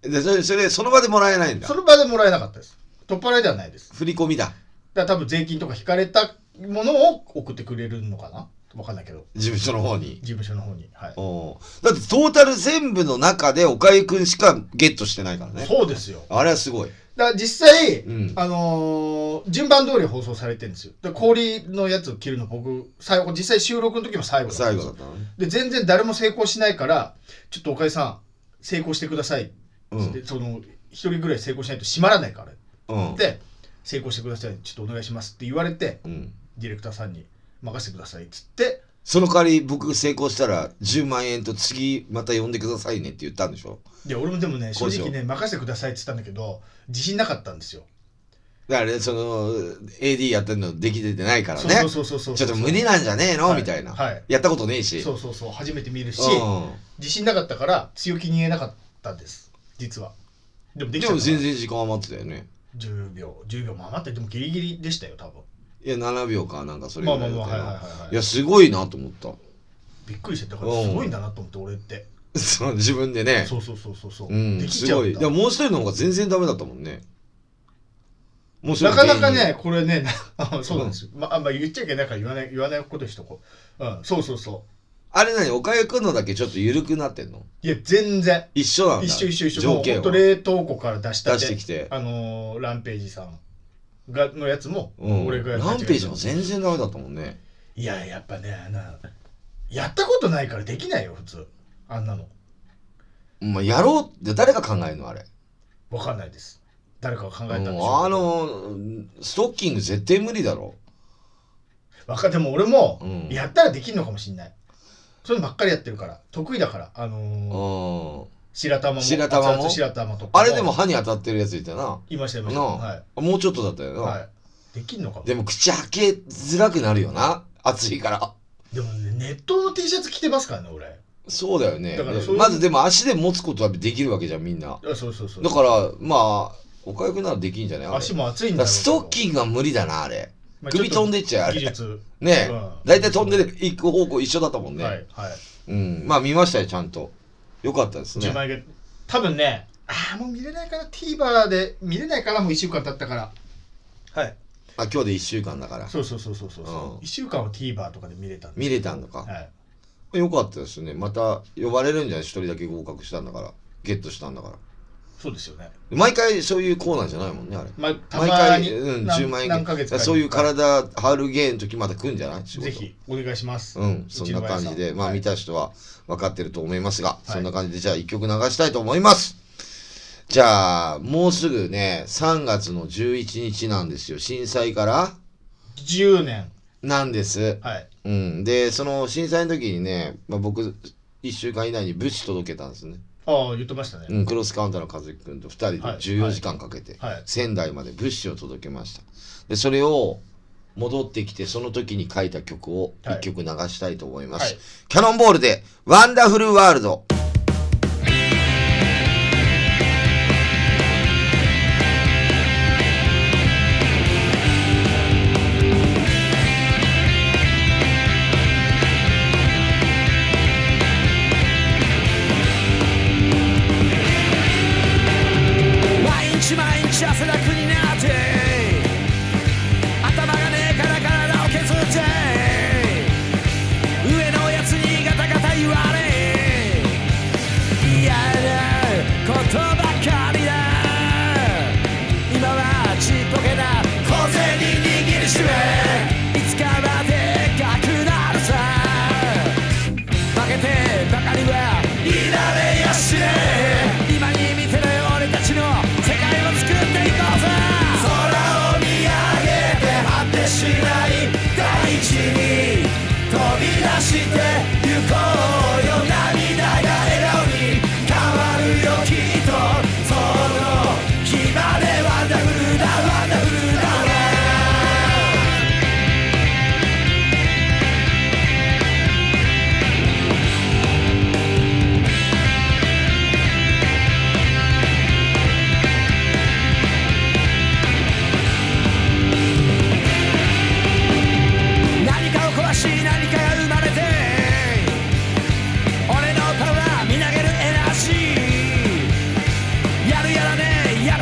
でそれそれその場でもらえないんだ
その場でもらえなかったです取っ払いではないです
振り込みだ
だから多分税金とか引かれたものを送ってくれるのかな分かんないけど
事務所の方に
事務所の方にはい
おーだってトータル全部の中で岡井くんしかゲットしてないからね
そうですよ
あれはすごい
だから実際、
うん
あのー順番通り放送されてるんですよで氷のやつを切るの僕最後実際収録の時も最後だったん
最
です
後だ
よ
ったのね
で全然誰も成功しないからちょっと岡井さん成功してくださいって、
うん
その一人ぐらい成功しないと閉まらないからって
うん
言って成功してくださいちょっとお願いしますって言われて
うん
ディレクターさんに任せてくださいっつって
その代わり僕成功したら10万円と次また呼んでくださいねって言ったんでしょ
で俺もでもね正
こうしよう
直ね任せてくださいって言ったんだけど自信なかったんですよ、
だからねその AD やってるのできててないから
そ
ね
うそうそうそう
ちょっと無理
な
なんじゃねえの、
はい
みたいな、
はい
やったことねえし
そうそうそう初めて見るし、
うん
自信なかったから強気に言えなかったんです実はでもでき
で
ちゃ
も
った
全然時間余ってたよね
10秒10秒も余ってでもギリギリでしたよ多分
いや7秒かなんかそれ
まあ
ぐ
ま
ら
あ
い
ま
だ
あ
った
は
よ
いは
ない
いはいは
やすごいなと思った
いびっくりしてだからすごいんだなと思って俺って
その自分でね
そうそうそうそうそううんできち
す
ゃう
ご
ん
い
だ
でももう一人の方が全然ダメだったもんねもう一人
な
の
か
芸人
なかねこれね そうなんですよまああんま言っちゃいけないから言わない言わないことにしとこううんそうそうそ
あれ何岡井くんのだけちょっと緩くなってんの
ういや全然
一緒なんだ
一緒一緒一緒も
条
うほ
件
んと
は
冷凍庫から出した
出してきて
あのーランページさんがのやつも
うん
俺がやった
ランページも全然ダメだったもんね
いややっぱねあのやったことないからできないよ普通あんなの
まあやろうって誰が考えるのあれ
わかんないです誰かが考え
う
たんでしょうけど
んあのストッキング絶対無理だろ
わかでも俺も
うん
やったらできるのかもしんない、そういうのばっかりやってるから得意だからあ
う
のー
ん
白玉も
白玉も
熱々白玉とか
あれでも歯に当たってるやついたな。
いましたいま
な
したは
あもうちょっとだったよ
い、
な。
はい、できんのかも
でも口開けづらくなるよな。暑いから。
でもね熱湯の T シャツ着てますからね俺
そうだよね。
だからそういう
まずでも足で持つことはできるわけじゃん、みんな。
あそうそうそう
だから、まあ、おかゆくならできんじゃないあれ
足も熱いん
だ
だ
か
ろ
ら
う
ストッキングは無理だな、あれ。首飛ん
で
でっちゃう、あ
技
れ。
術、
ねえ。
うん
大体飛んでいく方向一緒だったもんね。
はいはい
うん。まあ見ましたよ、ちゃんと。よかったですね
10。万円が多分ねああもう見れないから TVer で見れないからもう1週間経ったからはい
あ、今日で1週間だから。
そうそうそうそうそうそう、
うん
1週間は TVer とかで見れたんで
見れたのか。
はい、
よかったですね。また呼ばれるんじゃない一人だけ合格したんだから。ゲットしたんだから。
そうですよね
毎回そういうコーナーじゃないもんね、あれ。
まあたま
毎
に
回、うん、
何
10万円
何ヶ月かに
そういう体張るゲーの時また来るんじゃない仕事
ぜひお願いします、
うん、そんな感じで、まあ見た人は分かってると思いますが、
い
そんな感じでじゃあ一曲流したいと思います。じゃあ、もうすぐね、3月の11日なんですよ。震災から
10年
なんです。
はい
うん。で、その震災の時にね、まあ、僕、1週間以内に物資届けたんですね。
ああ言ってましたね、
うん、クロスカウンターの和樹君と2人で
はい
14時間かけて
はい
仙台まで物資を届けましたでそれを戻ってきてその時に書いた曲を
はい
1曲流したいと思います、
はい
キャノンボールで「ワンダフルワールド」
毎日毎日汗だくになって頭がねえから体を削って上のやつにガタガタ言われ嫌なことばかりだ今はちっぽけな小銭握りしめいつかまででかくなるさ負けてばかりはいられやしね今に見てる俺たちの世界を作っていこうぜ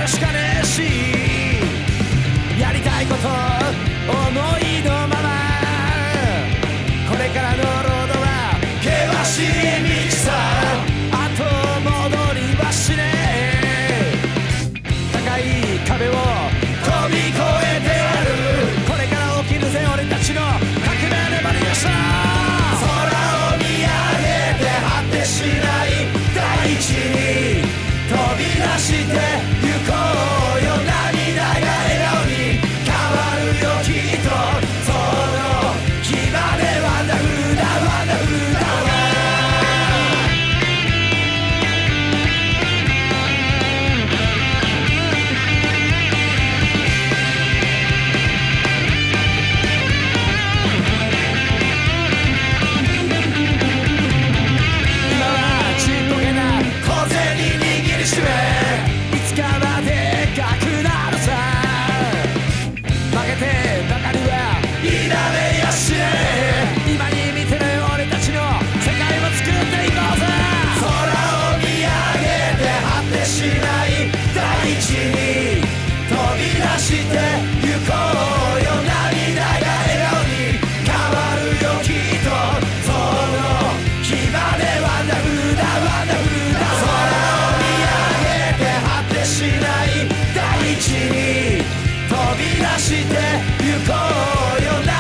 しかねえしやりたいこと思いのままこれからのロードは険しい道さ後戻りはしねえ高い壁を飛び越えてやるこれから起きるぜ俺たちの革命のリりション空を見上げて果てしない大地に飛び出して行こうよ涙が笑顔に変わるよきっとその日まではなふだはなふだは今はちっぽけな小銭握りしめいつかはでかくなるさ負けてばかりはいられやしねえ今に見てる俺たちの世界を作っていこうぜ空を見上げて果てしない大地に飛び出して行こうよ涙が笑顔に変わるよきっとその日まではなふだはなふだ空を見上げて果てしない大地に飛び出して行こうよ涙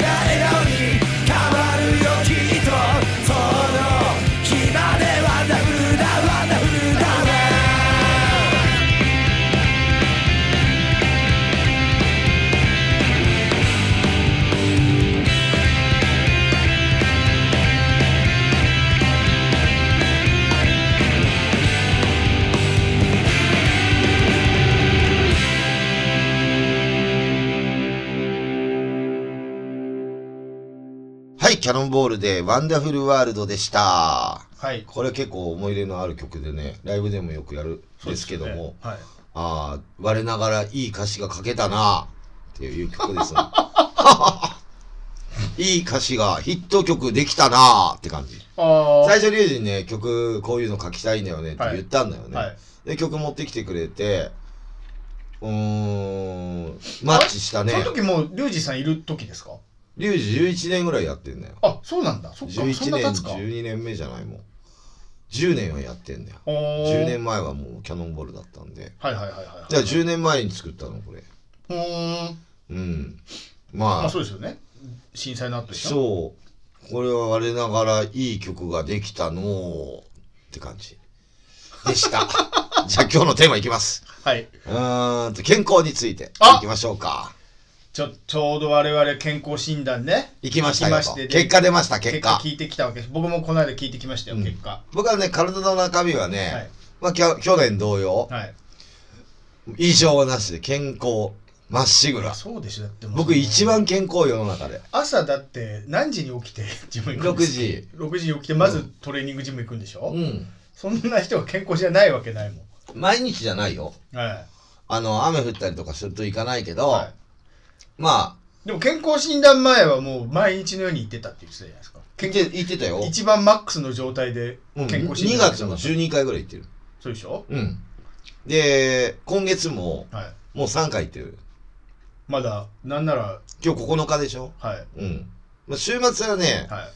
が笑顔に変わるよきっとその日まではなふだはなふだ
はい、キャノンボールでワンダフルワールドでした。
はい
これ結構思い入れのある曲でね、ライブでもよくやるんですけども、
そうですねは
あ
い
あ、我ながらいい歌詞が書けたなっていう曲です ね。いい歌詞がヒット曲できたなって感じ。
あ
最初、リュウジにね、曲こういうの書きたいんだよねって言ったんだよね。
あ、はい、
で、曲持ってきてくれて、うーん、マッチしたね
そ。の時もうリュウジさんいる時ですか
リュウジ11年ぐらいやってんだよ。
あそうなんだそっかそんな
11年、
経つか
12年目じゃないもん。10年はやってんだよ。
10
10年前はもうキャノンボールだったんで。
はいはいはいはい
じゃあ10年前に作ったの、これ。
うーん
うん。
ま
ま
あ
あ、
そうですよね震災の後でしょ
そう。これは我ながらいい曲ができたのーって感じでした。 じゃあ今日のテーマいきます。
はい、
うーんと、健康について
あ
いきましょうか。
ちょちょうど我々健康診断ね
いきましたよ
行きましてね
結果出ました、結果。
聞いてきたわけです僕もこの間聞いてきましたよ、
うん
結果
僕はね、体の中身はね、
はい
まあきょ去年同様、
はい
異常はなしで健康、まっしぐら。
そうでしょだってもう
僕一番健康世の中で。
朝だって何時に起きて ジム行くんですか
6時
6時に起きてまずトレーニングジム行くんでしょ、
うん。
そんな人が健康じゃないわけないもん
毎日じゃないよ。
は
あの、雨降ったりとかすると行かないけ
い、
ど、
は
まあ、
い、でも健康診断前はもう毎日のように行ってたって言ってたじゃないですか
言って言ってたよ。
一番マックスの状態で
うん、
健康診
2
断
月も12回ぐらい行ってる。
そうでしょ
うん。で、今月も
はい
もう3回行ってる。
まだなんなら
今日9日でしょ
はい
うん。まあ、週末はね、
は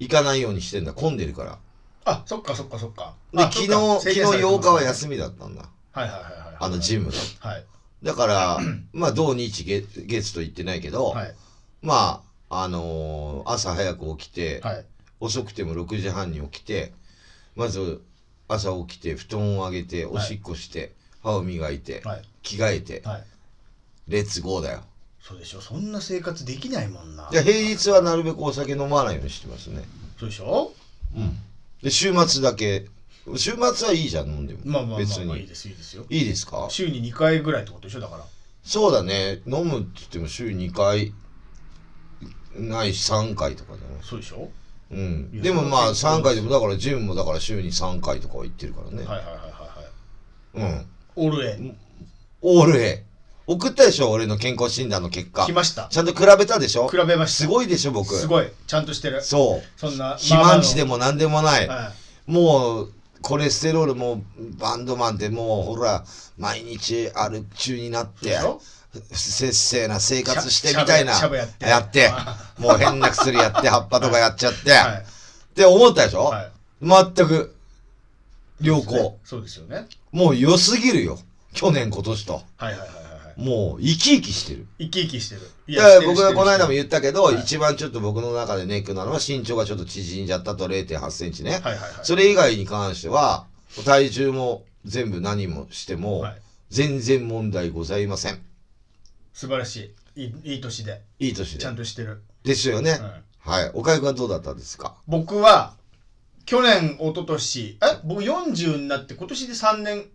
い
行かないようにしてんだ。混んでるから。
あそっかそっかそっか
で、
あ
昨日、
そっか
昨
制
日
限されてます
8日は休みだったんだ。
はいはいはいはい
あの、ジムが。
はい
だ から、まあ、土日月月と行ってないけど、
はい
まあ、あのー朝早く起きて、
はい
遅くても6時半に起きてまず朝起きて布団を上げて
い
おしっこして、歯を磨いて、
はい
着替えて、
はい
レッツゴーだよ
そうでしょそんな生活できないもんな
で平日はなるべくお酒飲まないようにしてますね
そうでしょ
うんで週末だけ週末はいいじゃん飲んでも、
まあまあま
別
あ
に、
まあい
い
いですいいですよ
いですか
週に2回ぐらいってことでしょだから
そうだね飲むって言っても週2回ないし3回とかじゃない
そうでしょ
うん
いや
でもまあ
それは
3回でもだからジムもだから週に3回とかは行ってるからね、
はいはいはいはいは
う
い
ん
オールエ
オール A。送ったでしょ俺の健康診断の結果
来。ました
ちゃんと比べたでしょ
比べました
すごいでしょ僕。
すごいちゃんとしてる
そう。
そんな
肥満値でも何でもない。
まあまあのはい
もう、コレステロールもバンドマンでもうほら毎日アル中になって
でしょ
せっせいな生活して
しゃ
みたいな
しゃぶやって
もう変な薬やって葉っぱとかやっちゃって、
はい
って思ったでしょ、
はい
全く良好
そうですよね
もう良すぎるよ去年今年と
はいはいはいはいはい
もう生き生きしてる
生き生きしてるい
だから僕がこの間も
う
言ったけど、
はい
一番ちょっと僕の中でネックなのは身長がちょっと縮んじゃったと0.8センチね、
はいはいはい
それ以外に関しては体重も全部何もしても
はい
全然問題ございません
素晴らしいいいいい年で
いい年
ちゃん
で
としてる、
ですよね、
うん
はい岡井君はどうだったんですか
僕は去年一昨年え僕40になって今年で3年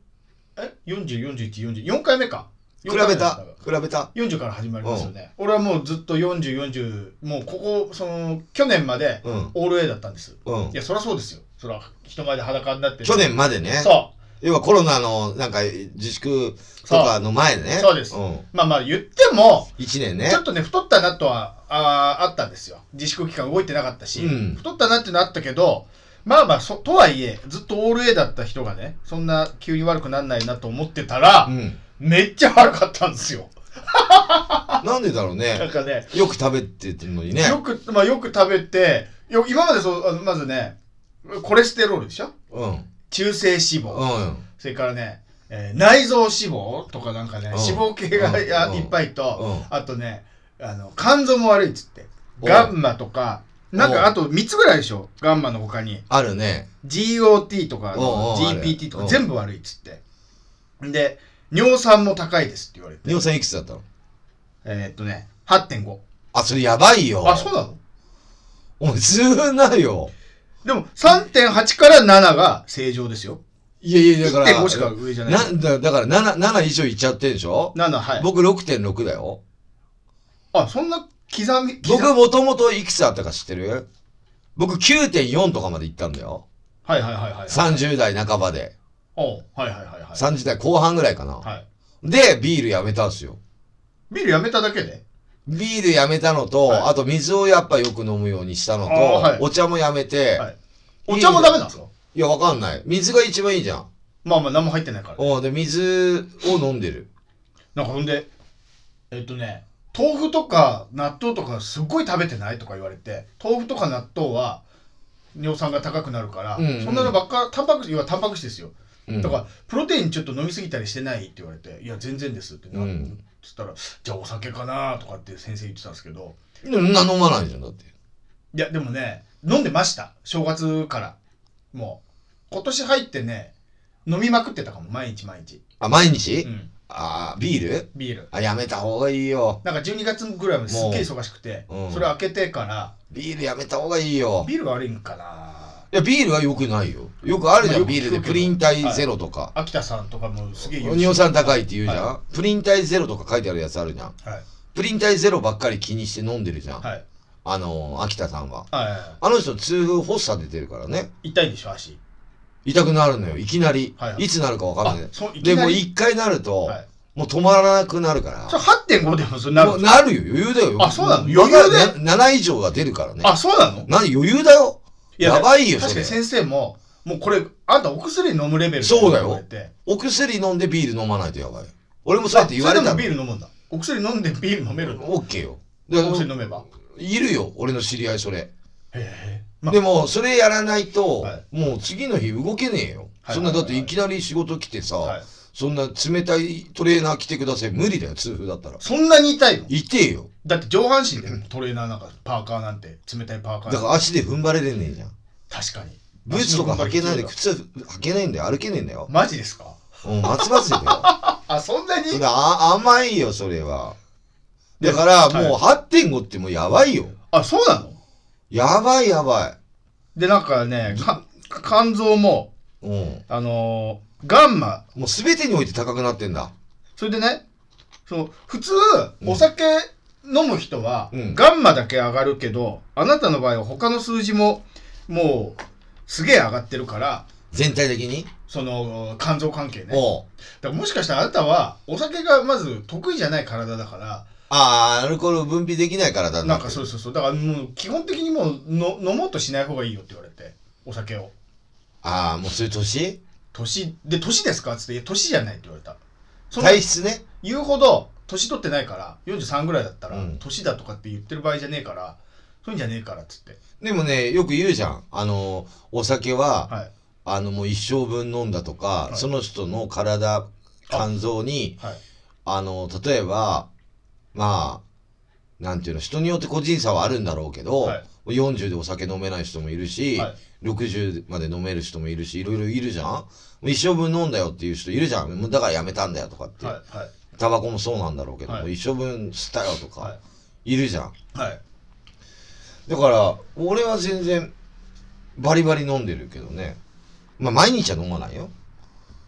え404144回目か
比べた比べた
40から始まりますよね、俺はもうずっと4040もうここその去年まで
うん
オール A だったんです、
うん
いやそりゃそうですよそりゃ人前で裸になって
去年までね
そ
要はコロナのなんか自粛とかの前ね
うそうです、
ん、
まあまあ言っても
1年ね
ちょっとね太ったなとはあーあったんですよ自粛期間動いてなかったし、
うん
太ったなっていうのあったけどまあまあそとはいえずっとオール A だった人がねそんな急に悪くならないなと思ってたら
う、ん、
めっちゃ悪かったんですよ
なんでだろう
なん
ね
かね
よく食べてるのにね
よく、まあ、よく食べてよ今までそうあのまずねコレステロールでしょ
うんうん
中性脂肪、
うん
それからね、えー内臓脂肪とかなんかね、
うん
脂肪系が、
うん
や
うん
いっぱいと、
うん
あとねあの肝臓も悪いっつって
お
ガンマとかなん
お
かあと3つぐらいでしょガンマの他に
あるね
GOT とかあ
おうお
の
うある
GPT と
う
か
ん
全部悪いっつってで尿酸も高いですって言われて
尿酸いくつだったの
えーっとね8.5
あそれやばいよ
あそうなの
お前通なよ
でも3.8から7が正常ですよ
いやいやだから
1.5しか上じゃない
なだだから7 7以上いっちゃってんでしょ
7はい
僕6.6だよ
あそんな刻み刻み
僕もともといくつあったか知ってる僕9.4とかまで行ったんだよ
はいはいはいはい
30代半ばで
おうはいはいはいはい
30代後半ぐらいかな、
はい。
でビールやめたんですよ
ビールやめただけで
ビールやめたのと、
はい
あと水をやっぱよく飲むようにしたのと、
あーはい
お茶もやめて、、
はいい。お茶もダメなんですか
やわかんない水が一番いいじゃん
まあまあ何も入ってないから。
おで水を飲んでる
なんかほんで、えっとね、豆腐とか納豆とかすっごい食べてないとか言われて、豆腐とか納豆は尿酸が高くなるから、
うんうん
そんなのばっか、タンパク質、要はタンパク質ですよ。
うん
だから、プロテインちょっと飲みすぎたりしてないって言われて、いや、全然ですってな、
うん
つったら、じゃあお酒かなとかって先生言ってたんですけど、
そんな飲まないじゃんだって
いや、でもね、飲んでました。正月から。もう、今年入ってね、飲みまくってたかも、毎日毎日。
あ毎日、
うん、
あービール
ビール。
あやめた方がいいよ
なんか12月ぐらいまですっげえ忙しくて、
もううん
それ開けてから、
ビールやめた方がいいよ
ビールが悪いんかな。
いやビールはよくないよよくあるじゃん、
まあよ
ビ
く聞く
ー
け
ル
ど
でプリン体ゼロとか、
秋田さんとかもすげえ言うし
尿酸高いって言うじゃん、
は
プリン体ゼロとか書いてあるやつあるじゃん
はい。
プリン体ゼロばっかり気にして飲んでるじゃん、
はい。
あのー秋田さんは
はいは
あの人痛風発作出てるからね
い。痛いんでしょ、足。
痛くなるのよいきなり、
はいいはい
つなるかわかんない
あそういき
で
なり
もう一回なると、
はい。
もう止まらなくなるから
それ8.5でもそれなる
もうなるよ余裕だよ
あそうなの
余裕
余裕
だよ7以上が出るからね
あ、そうなの
何余裕だよやばいよ
確
そ
か
れ
に先生も、もうこれ、あんたお薬飲むレベル
そうだよ
って言われて
お薬飲んでビール飲まないとやばいよ俺もそうやって言われた
そ
の
れでもビール飲むんだ。お薬飲んでビール飲めるの
オッケーよで
お薬飲めば。
いるよ俺の知り合いそれ
へえ。ま
でもそれやらないと、
は
もう次の日動けねえよ、
はい
そんなだっていきなり仕事来てさ、
はい
そんな冷たいトレーナー来てください無理だよ痛風だったら
そんなに痛いの
痛えよ
だって上半身でトレーナーなんかパーカーなんて冷たいパーカー
だから足で踏ん張れれねえじゃん
確かに
ブーツとか履けないで靴履けないんだよ歩けねえんだよ
マジですか
もう松葉 杖だよ
あそんなに
それあ甘いよそれはだから
はい
もう8.5ってもうやばいよ
あそうなの
やばいやば
でなんかねか肝臓も
いうん
あのーガンマ
もう全てにおいて高くなってんだ
それでねその普通
うん
お酒飲む人は、
うん
ガンマだけ上がるけどあなたの場合は他の数字ももうすげえ上がってるから
全体的に、
その肝臓関係ね
おう
だからもしかしたらあなたはお酒がまず得意じゃない体だから
ああアルコールを分泌できないからだ
なんかそう
う
そうそうだからもう基本的にもうの飲もうとしない方がいいよって言われてお酒を
ああ、もうそういう年
年で年ですか?」っつって「いや年じゃない」って言われたその
体質ね。
言うほど年取ってないから43ぐらいだったら、
うん
年だとかって言ってる場合じゃねえからそういうんじゃねえからっつって
でもね、よく言うじゃん。あの、お酒は、
はい
あの、もう一生分飲んだとか、
はい
その人の体、肝臓に、
はい
あの、例えば、まあ、なんていうの、人によって個人差はあるんだろうけど、
はい
40でお酒飲めない人もいるし、
はい
60まで飲める人もいるし、いろいろいるじゃんもう一生分飲んだよっていう人いるじゃん。もうだからやめたんだよとかって。
はいはい
タバコもそうなんだろうけど、
はい
もう一生分吸ったよとか、、
はい
るじゃん。
はい
だから、俺は全然、バリバリ飲んでるけどね。まあ、毎日は飲まないよ。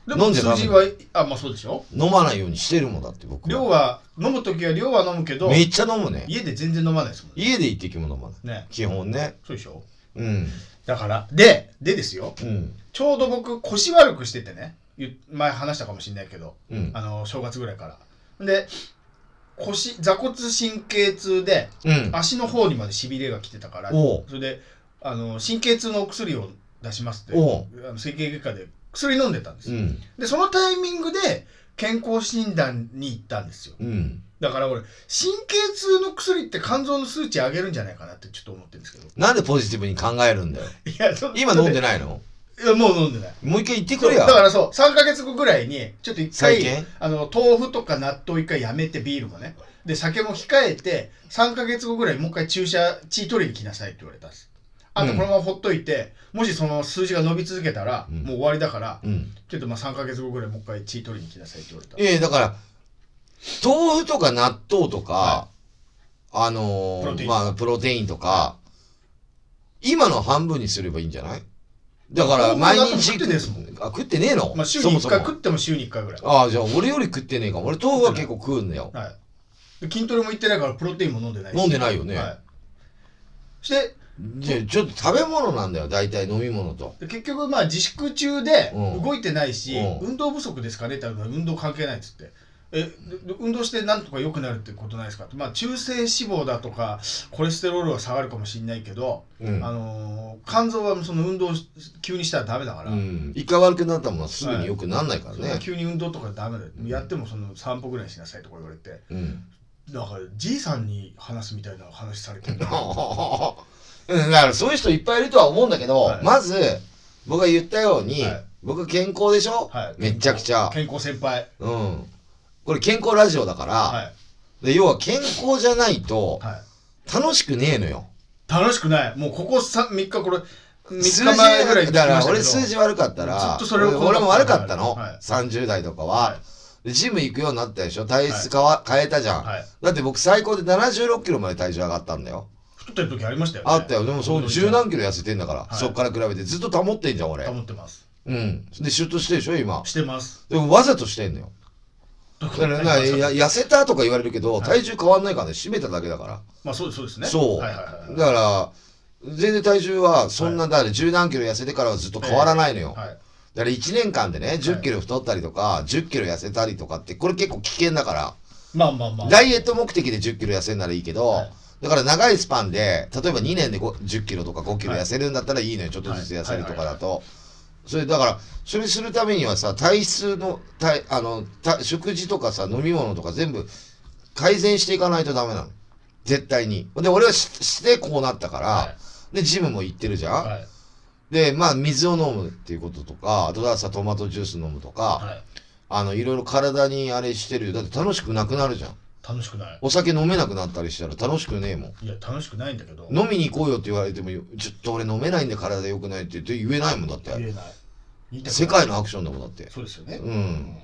で
飲
も
んじゃダメ
数字はあまあそうでしょ
飲まないようにしてるもんだって、僕
量
は。
は飲む時は量は飲むけど
めっちゃ飲むね。
家で全然飲まないですもんね
家で一滴も飲まない。
ね
基本ね。
そうでしょ
うん。
だからででですよ
うん。
ちょうど僕腰悪くしててねゆ前話したかもしれないけど
うん。
あの正月ぐらいからで腰座骨神経痛で
うん。
足の方にまでしびれが来てたから
おう
それであの神経痛のお薬を出しますって
おう
あの整形外科で薬飲んでたんです
う
よ、
ん。
でそのタイミングで健康診断に行ったんですよ
うん。
だから俺神経痛の薬って肝臓の数値上げるんじゃないかなってちょっと思ってるんですけど
なんでポジティブに考えるんだよ。
いやそ
今飲んで
ない
ないの
いやもう飲んでない
もう一回言ってく
そう
れ
だ
や。
からそう3か月後ぐらいにちょっと一
再
回
建
あの豆腐とか納豆一回やめてビールもねで酒も控えて3か月後ぐらいにもう一回注射血取りに来なさいって言われたんですあと
うん
このままほっといて、もしその数字が伸び続けたら、
うん
もう終わりだから、
うん。
ちょっとまあ3か月後ぐらいもう一回血取りに来なさいって言われた
ええだから、豆腐とか納豆とか
は、
あのー
プロテイン
まあ、プロテインとか、今の半分にすればいいんじゃないだから、
豆腐も納
毎
豆も
日
食ってねえっすもん
あ、食ってねえの、
まあ週
そ
に
も
1
そ
回
も
食。っても週に1回ぐらい
ああ、じゃあ、俺より食ってねえかも。俺、豆腐は結構食うんだよ。
はいで筋トレも行ってないからプロテインも飲んでないし
飲んでないよね
はい、して
じゃあちょっと食べ物なんだよ、大体飲み物と。
で結局まあ自粛中で
うん
動いてないし、
うん
運動不足ですかねって言ったら運動関係ないっつって。えでで運動してなんとか良くなるってことないですかって、まあ、中性脂肪だとかコレステロールは下がるかもしれないけど、
うん
あ。のー肝臓はその運動をし急にしたらダメだから、
うん。一回悪くなったものはすぐに良くならないから
そんな
ね。
急に運動とかダメだよ、
うん
やってもその散歩ぐらいしなさいとか言われて
うん。
だからじいさんに話すみたいな話されてる
うん、だからそういう人いっぱいいるとは思うんだけど、
はい
まず僕が言ったように、
はい
僕健康でしょ、
はい
めちゃくちゃ、
健康先輩
うん、これ健康ラジオだから、
はい、
で要は健康じゃないと
はい、
楽しくねえのよ
楽しくないもうここ 3, 3日これ
数
3日
字だ
前ぐらいに聞きましたけど
から俺数字悪かった
ず
ら
っとそれを
俺俺も悪かったの、
はい
30代とかは、
は
でジム行くようになったでしょ体質変わ、変えたじゃん、
はい
だって僕最高で76キロまで体重上がったんだよ
太ってる時ありましたよね
あったよ。でもそう、十何キロ痩せてんだから、
はい
そっから比べてずっと保ってんじゃん、俺。
保ってます
うん。で、シュッとしてるでしょ、今。
してます
でもわざとしてんのよ。
だ
だ からな、や痩せたとか言われるけど、体重変わんないからね、締めただけだか
まあそうですそうです
ら。
ね
そう。
は
だ
いはいはい
から、全然体重は、そんな、だから十何キロ痩せてからはずっと変わらないのよ。
はいはい
だから1年間でね、10キロ太ったりとか、10キロ痩せたりとかって、これ結構危険だから。
まあまあまあ
ダイエット目的で10キロ痩せるならいいけど、
はい
だから長いスパンで、例えば2年で5 10キロとか5キロ痩せるんだったらいいのよ、ちょっとずつ痩せるとかだと。それだから、それするためにはさ、体質の、体あのた食事とかさ、飲み物とか全部改善していかないとダメなの。絶対に。で、俺はししてこうなったから、
は
で、ジムも行ってるじゃん、
はい
で、まあ、水を飲むっていうこととか、あとはさ、トマトジュース飲むとか、
はい
あの、いろいろ体にあれしてるよ。だって楽しくなくなるじゃん。
楽しくない
お酒飲めなくなったりしたら楽しくねえもん。
いや楽しくないんだけど
飲みに行こうよって言われても、ちょっと俺飲めないんで体良くないって言って言えないもんだっ
言
て。
えない言いたくない
世界のアクションだもんだって。
そうですよね
うん。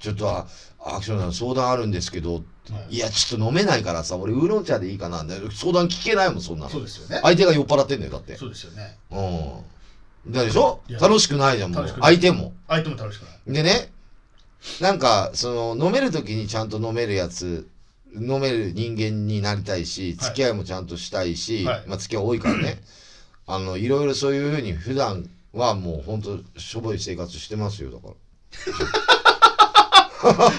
ちょっとあアクションさん相談あるんですけど、
はい
いや、ちょっと飲めないからさ、俺ウーロン茶でいいかな。で相談聞けないもん、そんなの
そう。ですよね
相手が酔っ払ってんだよ、だって。
そうですよね
うん。だでしょ
いや
楽しくないじゃん、もう
楽しく。ない
相手も。
相手も楽しくない
でね、なんか、その、飲めるときにちゃんと飲めるやつ、飲める人間になりたいし、
はい
付き合いもちゃんとしたいし、
はい
まあ付き合い多いから ね、あの、いろいろそういうふうに普段はもう本当しょぼい生活してますよ、だから。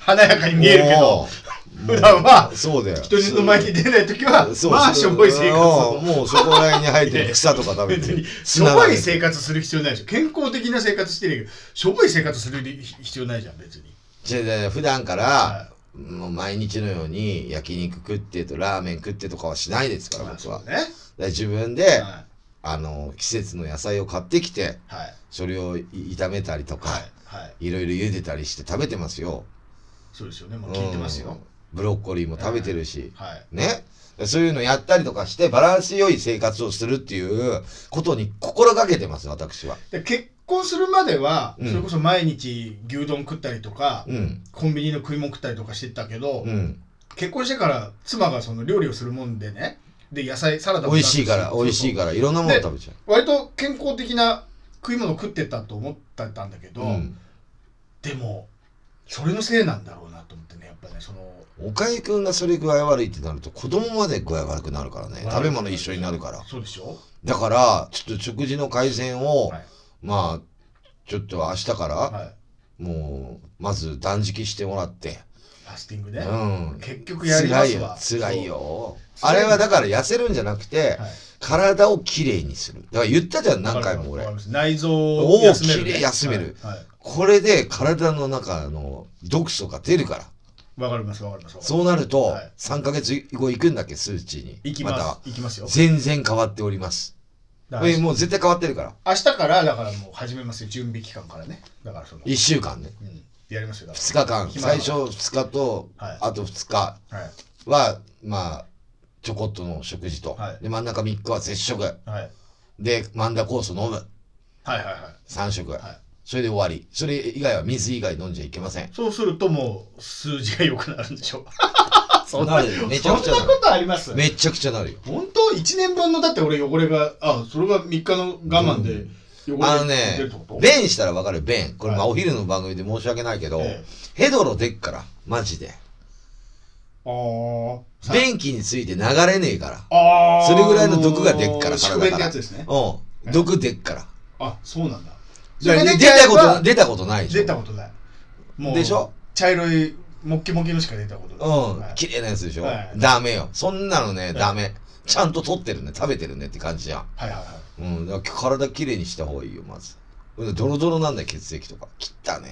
華やかに見えるけど
もう、
普段は
そうだよ
人質の前に出ないときは
そう
まあしょぼい生活
うんもうそこら辺に生 えてる草とか食べ
別
て
にしょ
砂
ぼ
だけ
い生活する必要ないでしょ健康的な生活してるけどしょぼい生活する必要ないじゃん別に
違う違う違う普段から、
は
もう毎日のように焼肉食ってとラーメン食ってとかはしないですから
まあ
僕
そ
は
う。だね
で自分で、
はい
あの季節の野菜を買ってきて
はい
それをい炒めたりとか、
はいはい
い、ろいろ茹でたりして食べてますよ。
そうですよねもう聞いてますよ
うんブロッコリーも食べてるし、
はい
ねでそういうのやったりとかしてバランス良い生活をするっていうことに心がけてます私は。
で結婚するまでは
うん
それこそ毎日牛丼食ったりとか
うん
コンビニの食い物食ったりとかしてたけど
うん、
結婚してから妻がその料理をするもんでねで野菜サラダも
美味しいから
そうそう
美味しいからいろんなもの食べちゃ
割と健康的な食い物食ってたと思ってたんだけ
う。
ど、
うん
でもそれのせいなんだろうなと思ってねやっぱねその
岡井くんがそれ具合悪いってなると子供まで具合悪くなるからね食べ物一緒になるから
そうでしょ、
だからちょっと食事の改善を、
はい
まあちょっと明日から、
はい、
もうまず断食してもらって
ファスティング
う
ね、
ん
結局やりま
辛
す
いよ
わ
辛いよ
そう
あれはだから痩せるんじゃなくて、
はい
体をきれいにするだから言ったじゃん
わ
何
かる
回も俺
わかります内臓を休める、
おーきれい休める
はいはい
これで体の中の毒素が出るから
わ、かりますわかりますわかります
そうなると
はい
3ヶ月後行くんだっけ数値に
いき
ま
ます、
た
いきますよ
全然変わっております
だから
えもう絶対変わってるから
明日からだからもう始めますよ準備期間からねだからその、
1週間ね
うん、やりますよだか
2日間
暇だ
最初2日と、
はい
あと2日
らはい
はまあちょこっとの食事と、
はい
で真ん中3日は絶食
はい
で真ん中コース飲む
はいはいは
3食、
いはい
それで終わりそれ以外は水以外飲んじゃいけません
そうするともう数字が良くなるんでしょそん
な
な
るよ めち
そ
ゃ
ん
くち
な
ゃな
こ
る
とあります
めちゃくちゃなるよ
本当一年分のだって俺汚れがあそれが3日の我慢で汚
あの
れが
ね
出るってこと、
便したらわかる便これ、まあ
はい
お昼の番組で申し訳ないけど、
ええ
ヘドロでっからマジで
ああさ
便器について流れねえから
あー
それぐらいの毒が出っから
宿
体
便っ
か
てや
ら
つですね
うん毒でっから
あそうなんだ
だから出
ちゃえ
たこ
ば
と出たことないでしょ
出たことないもう
でしょ
茶色いモッキモキのしか出たこと
うん、
ない、はい
綺麗なやつでしょ、
はい
ダメよそんなのね
い
ダメちゃんと取ってるね食べてるねって感じじゃん、
はいはい
うん、だから体綺麗にした方がいいよまずドロドロなんだよ血液とか汚ね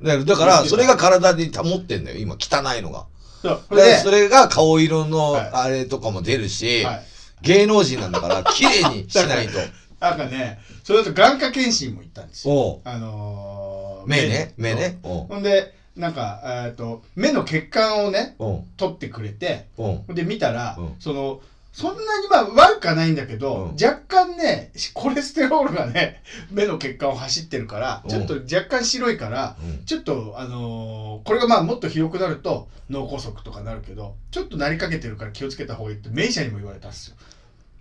だからだからそれが体に保ってんだよ今汚いのが
はいそう
だか
こ
ら
れで
それが顔色の
はい
あれとかも出るし、
はい
芸能人なんだから綺麗にしない と
なんかねそれだと眼科検診も行ったんですよ
おう
あのー
目ね目ねおう
ほんでなんかえーっと目の血管をね
おう
取ってくれて
おう
で見たら、
うん
そのそんなにまあ悪くはないんだけど、
うん
若干ねコレステロールがね目の血管を走ってるから
うん
ちょっと若干白いから、
うん
ちょっとあのーこれがまあもっとひどくなると脳梗塞とかなるけどちょっとなりかけてるから気をつけた方がいいって名医者にも言われたんですよ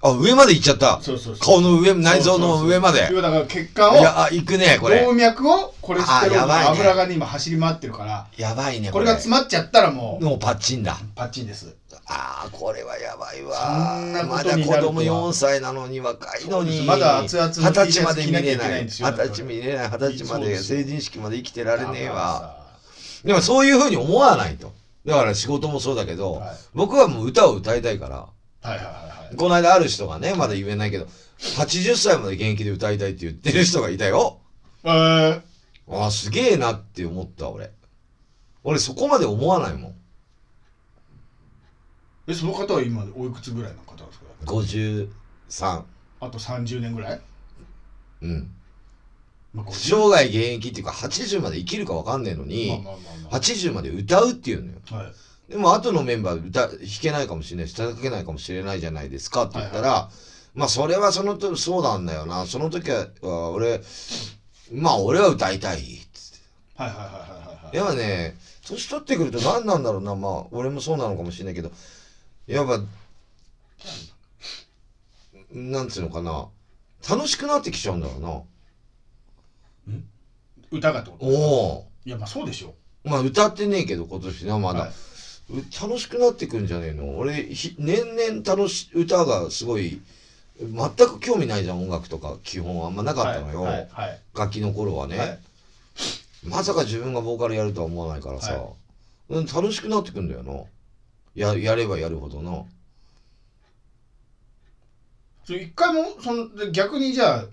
あ上まで行っちゃった
そうそうそう
顔の上内臓の上まで
要はだから血管
い
を
やあ行くねこれ
動脈をコレステロール
あーやばい
の
ね
油がね今走り回ってるから
やばいね
これが詰まっちゃったらもう
もうパッチンだ
パッチンです
ああこれはやばい
そん
わ
な
ま
こと
だ
に
子
なるとは
供4歳なのに若いの
そうで
に
すまだ熱々の
二十歳まで
T シ
見
ャツ着なきゃ
れ
いけ
な
ないい
二
んです
十
よ
歳見れない二十歳ま
そ
で
うですよ
成人式まで生きてられねえわ
だ
でもそういうふうに思わないとだから仕事もそうだけど、
はい
僕はもう歌を歌いたいから
からさはいはいはいはい
この間ある人がねまだ言えないけど80歳まで現役で歌いたいって言ってる人がいたよ
えー
ああすげえなって思った俺俺そこまで思わないもん
えその方は今おいくつぐらいの方なんですか
53
あと30年ぐらい、
うん
まあ、50
生涯現役っていうか80まで生きるか分かんねえの
まあ
に
まあまあま
80まで歌うっていうのよ
あ、はい、
でも後のメンバー歌弾けないかもしれないし叩けないかもしれないじゃないですかって言ったら、まあそれはそのとそうなんだよなその時はあ俺まあ俺は歌いたいっつっ
はいはいはいはいはい
てやっぱね年取ってくると何なんだろうなまあ俺もそうなのかもしれないけどやっぱなんつうのかな楽しくなってきちゃうんだろうな
歌がってこと
お
ですか
お
いやまあそうでしょ
まあ歌ってねえけど今年なまだ、
はいう
楽しくなってくんじゃねえの俺ひ年々楽し歌がすごい全く興味ないじゃん音楽とか基本あんまなかったのよ、
はいはい
楽器の頃は
は
ね、
いはい
まさか自分がボーカルやるとは思わないからさ、
は
うん楽しくなってくんだよなややればやるほどの
それ一回もそので逆にじゃあ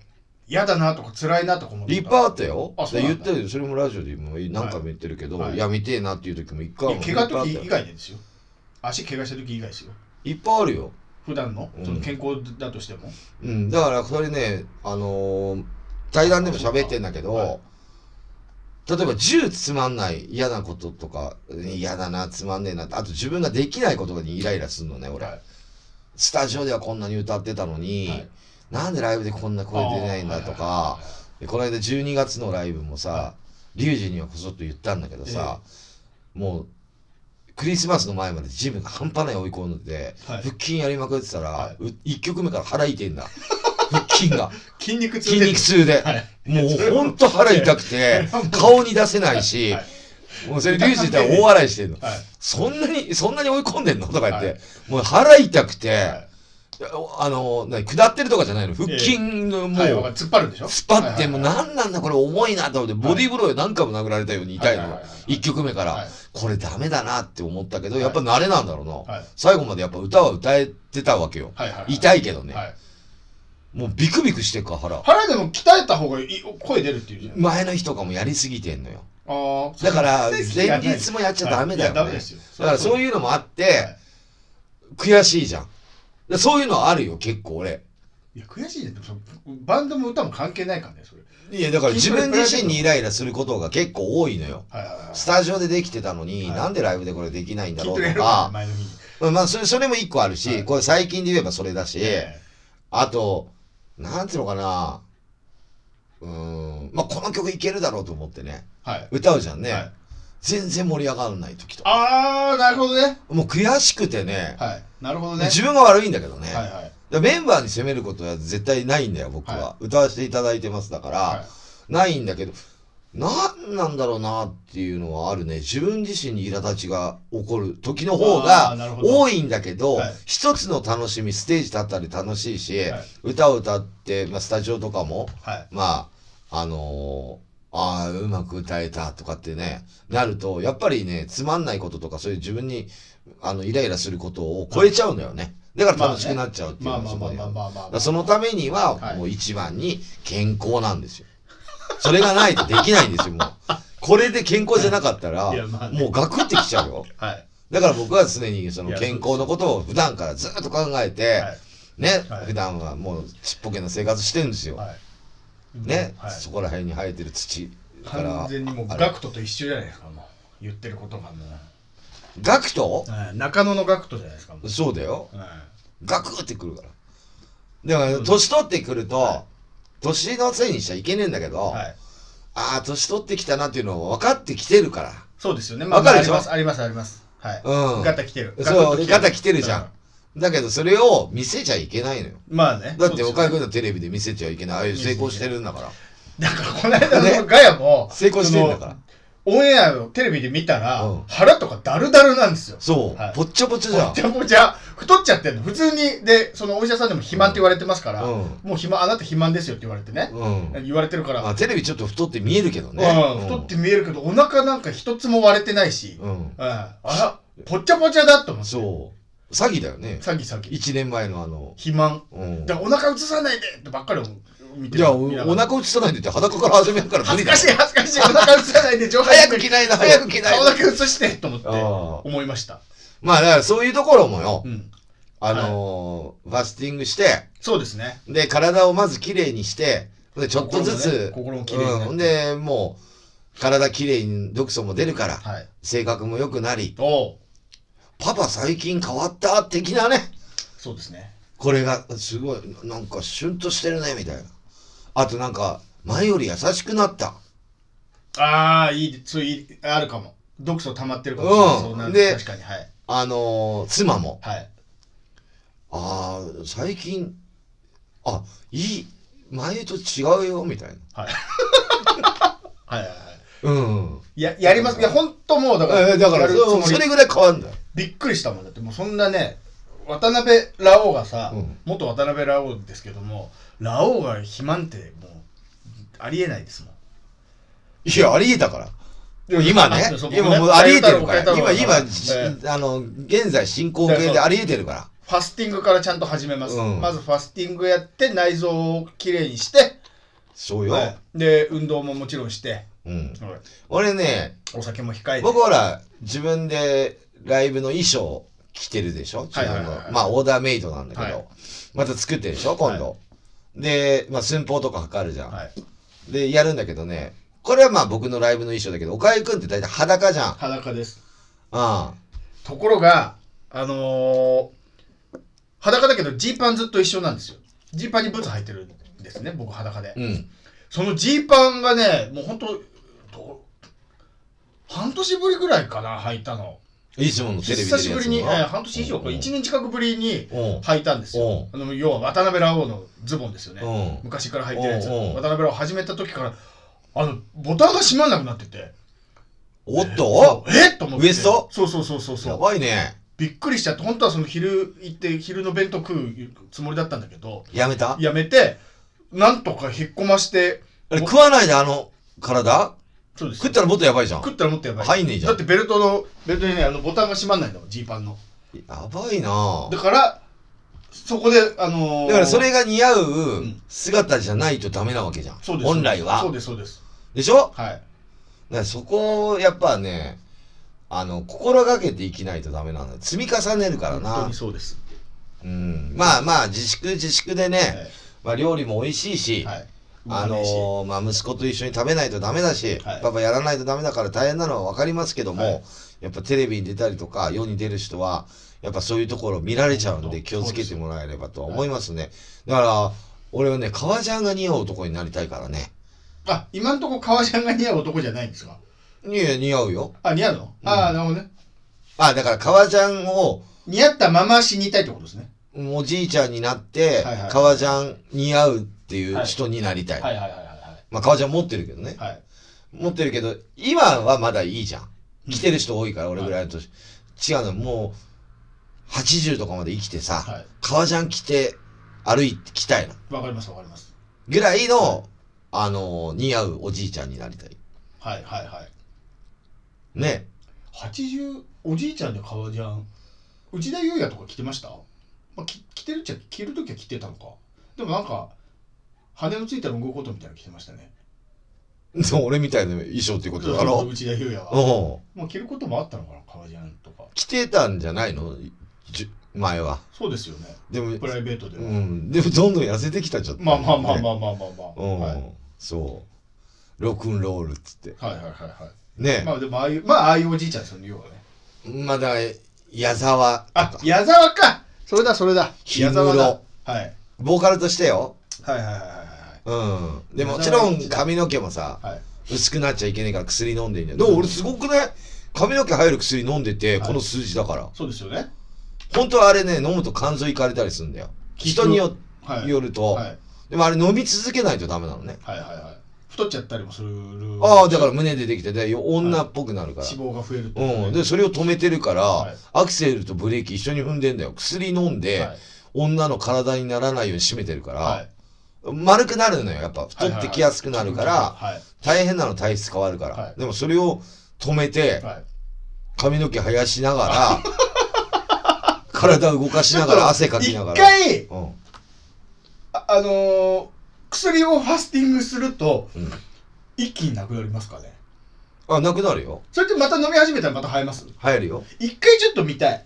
嫌だなとか辛いなとか思った
いっぱいあったよ
あそう
で
な
言っ
んだ
たよそれもラジオでも何回も言ってるけど、
は
い
いはい
や見てえなっていう時も一回も
いや怪我
いっぱいあっ
時
たよ
以外でですよ足怪我した時以外ですよ
いっぱいあるよ、
普段の
うん
その健康だとしても、
うん、だからそれねあのー対談でも喋ってんだけど、
はい
例えば10つまんない嫌なこととか嫌だなつまんねえなってあと自分ができないことにイライラするのね俺、
はい
スタジオではこんなに歌ってたのに、
はい
なんでライブでこんな声出ないんだとか、
あーはいはいはいはい
でこの間12月のライブもさ、リュウジにはこそっと言ったんだけどさ、もうクリスマスの前までジムが半端ない追い込んでて、
は
腹
い
筋やりまくってたら、
は
う1曲目から腹痛いんだ 腹筋が
筋肉痛
筋肉痛で、
はい
もうほんと腹痛く て顔に出せないし、
はい
もうそれリュウジって大笑いしてるの、
はい
そんなにそんなに追い込んでんのとか言って、
はい
もう腹痛くて、
はい
あの何下ってるとかじゃないの腹筋のもう、
はいわかる突っ張るんでしょ
突っ張って、もう
はい
何なんだこれ重いなと思って、ボディーブローで何回も殴られたように痛い
はいはい
の
はいはい。
1曲目か
はい
ら、これダメだなって思ったけど、やっぱ慣れなんだろう
はい
な。最後までやっぱ歌は歌えてたわけよ。
はいはいはい
痛いけどね
は。い
もうビクビクしてっから腹。
腹でも鍛えた方がいい声出るっていうじゃん
前の日とかもやりすぎてんのよ。
あー
だから、
そういう
前日もやっちゃダメだよ、ね
はいいやダメですよ
だからそう
う
いうのもあって、悔しいじゃん。でそういうのあるよ、結構俺。
いや悔しいねでもそのバンドも歌も関係ないからねそれ
いや、だから自分自身にイライラすることが結構多いのよ。
はいはいはい
スタジオでできてたのに、
はい
なんでライブでこれできないんだ
筋
ろ
ト
う
レや
と
るから
か
ね、前の日に
まあまあそれそれも一個あるし、
はい
これ最近で言えばそれだし、
え
あとなんていうのかなうーんまあこの曲いけるだろうと思ってね
えはい
歌うじゃんね、
はい
全然盛り上がらない時とか
ああなるほどね
もう悔しくてね、
はいなるほどね
自分が悪いんだけどね、
はいはい
だからメンバーに責めることは絶対ないんだよ僕は、
は
歌わせていただいてますだから、
は
ないんだけどなんなんだろうなっていうのはあるね自分自身に苛立ちが起こる時の方
あー
が
なるほど
多いんだけど
はい
一つの楽しみステージ立ったり楽しいし、
はい
歌を歌って、まあ、スタジオとかも
はい
まああのーあーうまく歌えたとかってねなるとやっぱりねつまんないこととかそういう自分にあのイライラすることを超えちゃうのよねだから楽しくなっちゃうっていう
まあ
の
ま
がそこ
あまあ
にあ
まあ
る
まあまあ
だか
ま
ら
あ
そのために
は
は、
い
もう一番に健康なんですよ。それがないとできないんですよ、もう。これで健康じゃなかったら
いやまあ、ね
もうガクってきちゃうよ。
はい
だから僕は常にそ
い
の
や
健康のことを普段からずっと考えて、
は
ね
はい、
普段はもうちっぽけな生活してるんですよ。
い
ね
は、い
そこら辺に生えてる土から
完。全にもう
あれ
ガクトと一緒じゃないですかもう言ってることがも
ガクと
うはい中野のガクトじゃないですかもう
そうだよ。
はい
ガクってくるから。だから、年取ってくる
は
と、年のせいにしちゃいけねえんだけど、
はい
ああ、年取ってきたなっていうのを分かってきてるから。
そうですよねまあ
わかるで
あり
しょ
ますありますありますはい
うん
ガタ来てる
そう、
ガ
肩
タ
来てるじゃん。だけど、それを見せちゃいけないのよ。
うんまあね
だって、
そう
岡井
です
君の
よ
テレビで見せちゃいけない。ああいう成功してるんだから。
だからこの間のガヤも
成功してるんだから
そのオンエアをテレビで見たら
うん
腹とかダルダルなんですよ
そう
はい、
ぽっちゃぽっちゃじゃ
ぽ
ん
ち。ゃぽちゃ太っちゃってんの普通にでそのお医者さんでも肥満って言われてますから、
うん
もう肥満あなた肥満ですよって言われてね、
うん。
言われてるから、
まあ、テレビちょっと太って見えるけどね。
うん
うん
太って見えるけどお腹なんか一つも割れてないし、うん
うん。
あらぽっちゃぽちゃだと思って
そう。詐欺だよね。
詐欺詐欺
1年前のあの。
肥満
うん。
だからお腹映さないでってばっかり見て
じゃあ、お
見なが
お
ら
腹映さないでって裸から始めるから無
恥
理
ず
だよ
かしい恥ずかしいお腹映さないで上半身
早く着ないな、早く着ない
顔
な
だ。け映してと思って
あ
思いました、
まあ、だからそういうところもよ
う、ん、
あのー、ファスティングして、
そうですね
で体をまずきれいにしてでちょっとずつ
心もね心もきれいになって
うん、でもう体きれいに毒素も出るから、
はい
性格も良くなり
おう
パパ最近変わった的なね
そうですね
これがすごいなんかシュンとしてるねみたいなあとなんか前より優しくなった
ああ、いい、そういい、あるかも。毒素溜まってるかもしれない。
うん
そうなる
で
確かに、はい。
あのー妻も
はい。
ああ最近あいい前と違うよみたいな
はい。 はいはいは
うん
い。や、やります。いや、ほんともう、だから、
えだから
やるつも
そ
り
それぐらい変わんだよ
びっくりしたもんだって、もうそんなね、渡辺ラオウがさ、
うん
元渡辺ラオウですけども、ラオウが肥満って、もう、ありえないですもん。
いやありえたから
でも
今ね
そ、こ
今もうありえてるか
変えた
ら、
の
今、
変えたの
今、
ええ
じあの、現在進行形でありえてるから。
ファスティングからちゃんと始めます、
うん
まずファスティングやって内臓をきれいにして、
そうよ。
はいで運動ももちろんして、
うん。
はい
俺ね、
お酒も控えて
僕ほら、自分でライブの衣装着てるでしょ自分
はいはいはいは
の。
い
まあ、オーダーメイドなんだけ
はい
ど。また作ってるでしょ今度。で、まあ、寸法とか測るじゃん。
はい、
で、やるんだけどね、これはまあ僕のライブの衣装だけど、おかゆくんって大体裸じゃん。
裸です
あ
ところがあのー裸だけどジーパンずっと一緒なんですよジーパンにブーツ履いてるんですね僕裸で、
あうん。
そのジーパンがねもうほんとど半年ぶりぐらいかな履いたの
いつものテレビで
久しぶりに、えー半年以上これ1
一
年近くぶりに
うん。
履いたんですよあの要は渡辺ラオウのズボンですよね
うん。
昔から履いてるやつ
おうおう
渡辺らを始めた時からあのボタンが閉まんなくなってて
おっと
えっと思って
ウエスト
そうそうそうそうそ
や
う
ばいね。
びっくりしちゃって本当はその昼行って昼の弁当食うつもりだったんだけど
やめた
やめてなんとか引っ込まして
あれ食わないであの体
そうです
食ったらもっとやばいじゃん。
食ったらもっとやばい
入んねえじゃん
だってベルトのベルトにねあのボタンが閉まんないんだもんジーパンの
やばいな
だからそこであのー
だからそれが似合うん姿じゃないとダメなわけじゃん。
そうです
本来
そ
は
う。ですそうです
でしょ
はい
だからそこをやっぱね、あの、心がけていきないとダメなんだよ。積み重ねるから
本当
な
に。そうです
うん。まあまあ、自粛自粛でね、まあ料理も美味しいし、
はい
あのーまあ、息子と一緒に食べないとダメだし、
はい
パパやらないとダメだから大変なのは分かりますけども、
はい
やっぱテレビに出たりとか世に出る人はやっぱそういうところ見られちゃうん
本
で
当
気をつけてもらえればとは思いますね、だから俺はね革ジャンが似合う男になりたいからね
あ今んとこ革ジャンが似合う男じゃないんですか
いや似合うよ
あ似合うの、
うん
ああなるほどね
あだから革ジャンを
似合ったまま死にたいってことですね
おじいちゃんになって、
はいはい
革ジャン似合うっていう人になりたい、
はいはいはいはい
まあ革ジャン持ってるけどね、
はいはい
持ってるけど今はまだいいじゃん来てる人多いから俺ぐらいの年、違うのもう80とかまで生きてさ、
はい
革ジャン着て歩いてきたいな
わかりますわかります
ぐらいの、
は
あの似合うおじいちゃんになりたい
はいはいはい
ね
80おじいちゃんで革ジャン内田裕也とか着てました、まあ、き着てるっちゃ着る時は着てたのかでもなんか羽のついたロングコートみたいなの着てましたね
そう俺みたいな衣装ってことだろ
内田裕也は
うん
まあ着ることもあったのかな革ジャンとか
着てたんじゃないのじゅ前は
そうですよね
でも
プライベートでは、
うんでもどんどん痩せてきたちょっと、
まあまあまあ
ね
まあまあまあまあ、
うん、
はい、
そうロックンロールっつって
はいはいはいはい
ね
まあでもああいうまあああいうおじいちゃんですよね要はね
まだ矢沢と
あ
か
矢沢かそれだそれだ
氷
矢
室
沢だはい
ボーカルとしてよ
はいはいはいはい
うんで
矢沢
もちろ
永
ん
吉だ
髪の毛もさ
はいはい
薄くなっちゃいけないから薬飲んでんだよでも俺すごくね髪の毛入る薬飲んでて、
はい
この数字だから
そうですよね
本当はあれね飲むと肝臓いかれたりするんだよ
聞く
人によ,、
はい
よると、
はい
でもあれ飲み続けないとダメなのね
はいはいはい太っちゃったりもする
ああだから胸出てきてで女っぽくなるから、
脂肪が増えるってことね
うん、でそれを止めてるから、
はい
アクセルとブレーキ一緒に踏んでんだよ薬飲んで、
はい
女の体にならないように締めてるから、
はい
丸くなるのよやっぱ太ってきやすくなるから、
はい
大変なの体質変わるから、
はい
でもそれを止めて
はい
髪の毛生やしながら 体動かしなが ら汗かきなが
一
ら、
回
うん
ああのー薬をファスティングすると
うん、
一気になくなりますかね
あなくなるよ
それでまた飲み始めたらまた生えます
生えるよ
一回ちょっと見たい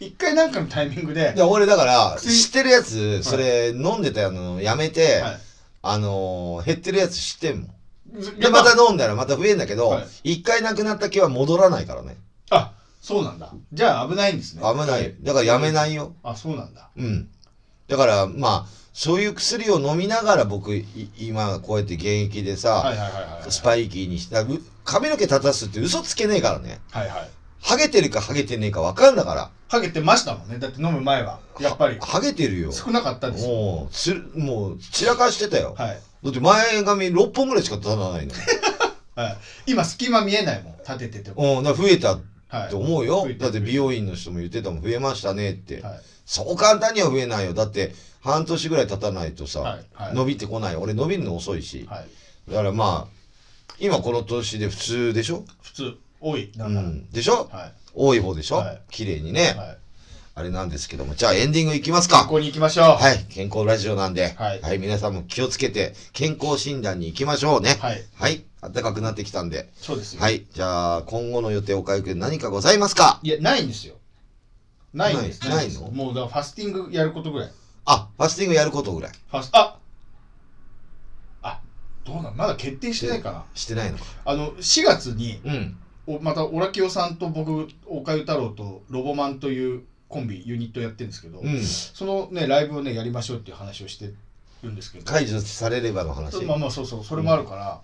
一回なんかのタイミングで
で俺だから
薬
知ってるやつそれ飲んでたのやめて、
はい
あのー減ってるやつ知ってんもんで
やっ
ま
ぱ
た飲んだらまた増えんだけど、
はい
一回なくなった毛は戻らないからね
あそうなんだじゃあ危ないんですね
危ないだからやめないよ
あそうなんだ
うん。だから、まあ、そういう薬を飲みながら僕、い今、こうやって現役でさ、
はいはいはいはい
スパイキーにした、う髪の毛立たすって嘘つけねえからね。
はいはい
ハゲてるかハゲてねえかわかんだから。
ハゲてましたもんねだって飲む前はやっぱり
ハゲてるよ。
少なかったですよ
もう、つるもう、散らかしてたよ。
はい
だって前髪6本ぐらいしか立たない の。
はい、今隙間見えないもん立ててて
う
も、
ん、だから増えた
はい
と思うよ。
増えてる
だって美容院の人も言ってたもん、増えましたねって。
はい
そう簡単には増えないよ。だって、半年ぐらい経たないとさ、
はいはい
伸びてこない。俺伸びるの遅いし。
はい
だからまあ今この年で普通でしょ、
普通多いな
うん
だら
ん、でしょ、
はい
多い方でしょ、
はい
綺麗にね、
はい
あれなんですけどもじゃあエンディングいきます
こ
か
こに行きましょうはい
はい健康ラジオなんで、
はい
皆さんも気をつけて健康診断に行きましょうね
はい
はい、暖かくなってきたんで
そうですよ
はいじゃあ今後の予定おかゆくん何かございますか
いやないんですよないんです
ない
んです
ないの
もうだからファスティングやることぐらい
あファスティングやることぐらい
ファスああどうなんまだ決定してないかな
してないのか
あの4月に
うん
おまたオラキオさんと僕岡ゆ太郎とロボマンというコンビユニットやってるんですけど、
うん
そのねライブをねやりましょうっていう話をしてるんですけど
解除されればの話
まあまあそうそうそれもあるから、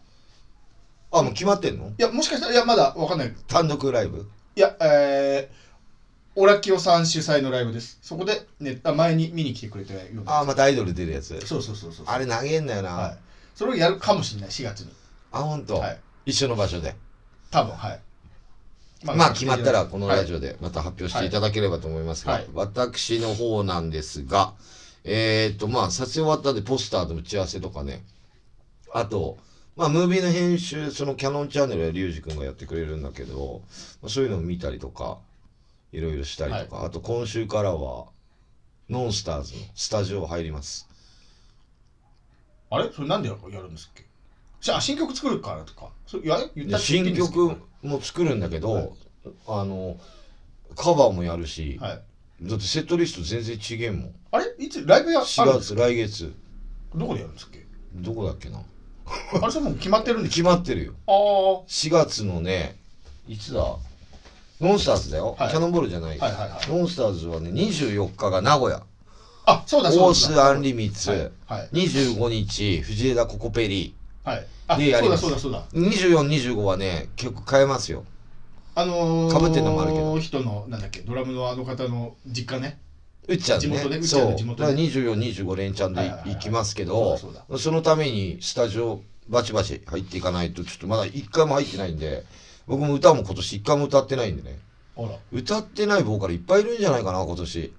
あもう決まってんの
いやもしかしたらいやまだわかんない
単独ライブ
いやえーオラキオさん主催のライブです。そこで、ね、あ前に見に来てくれたような。
あまたアイドル出るやつ
そうそうそうそう。
あれ投げんだよな、
はい。それをやるかもしれない、4月に。
あほんと、
はい。
一緒の場所で
多分、はい。
まあ、決まったらこのラジオでまた発表していただければと思いますが、
はい
私の方なんですがえっ、とまあ撮影終わったんでポスターの打ち合わせとかねあとまあムービーの編集そのキャノンチャンネルはリュウジ君がやってくれるんだけど、まあ、そういうのを見たりとかいろいろしたりとか、あと今週からはノンスターズのスタジオ入ります
あれそれなんでやるやるんですっけしあ新曲作るからとか。それや言った
で
っけ言ってい
新
いんですか
曲も作るんだけど、
はい
あのカバーもやるし、
はい。
だってセットリスト全然違えもん
あれいつライブやあ
4
るんです
月来月
どこでやるんですっけ
どこだっけな
あれそれもう決まってるんです
決まってるよ
ああー。
4月のねいつだノンスターズだよ、
はい
キャノンボールじゃない、
はいはいはい
ノンスターズはね24日が名古屋
あ、そうだそ
オー
うだそう
ス
だ。
アンリミッツ、
はい。
25日藤枝ココペリ
はい。あ、
でやり
そう
ま
だ
す
そうだそうだ。
2425はね曲変えますよ
あのー、
被ってんのもあるけど
人の、なんだっけ、ドラムのあの方の実家ね。
うっちゃんね
地元ねうっち
そ
ゃん
う
の地元ね
だから2425連チャンで
はいはいはいはい
行きますけ
そう
ど
だそうだ
そのためにスタジオバチバチ入っていかないとちょっとまだ一回も入ってないんで僕も歌も今年一回も歌ってないんでね
あら。
歌ってないボーカルいっぱいいるんじゃないかな今年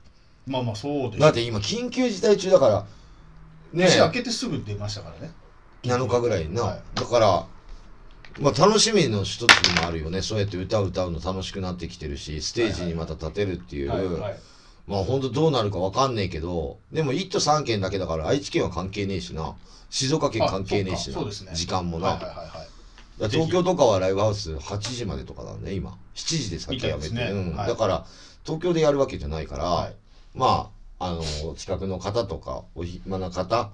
まあまあ、そうで
だっ
す。
て今緊急事態中だからね
年明けてすぐ出ましたからね。
7日ぐらいにな、
は
だからまあ楽しみの一つでもあるよねそうやって歌う歌うの楽しくなってきてるしステージにまた立てるっていう、
はいはい。
まあ本当どうなるかわかんねえけどでも1都3県だけだから愛知県は関係ねえしな静岡県関係ねえし
あ
な、
そうかそうですね
時間もな、
はいはいはいはい。
だから東京とかはライブハウス8時までとかなんで今7時で先やめて、
みたいですね
うん
はい
だから東京でやるわけじゃないから、
はい
まああの近くの方とかお暇な方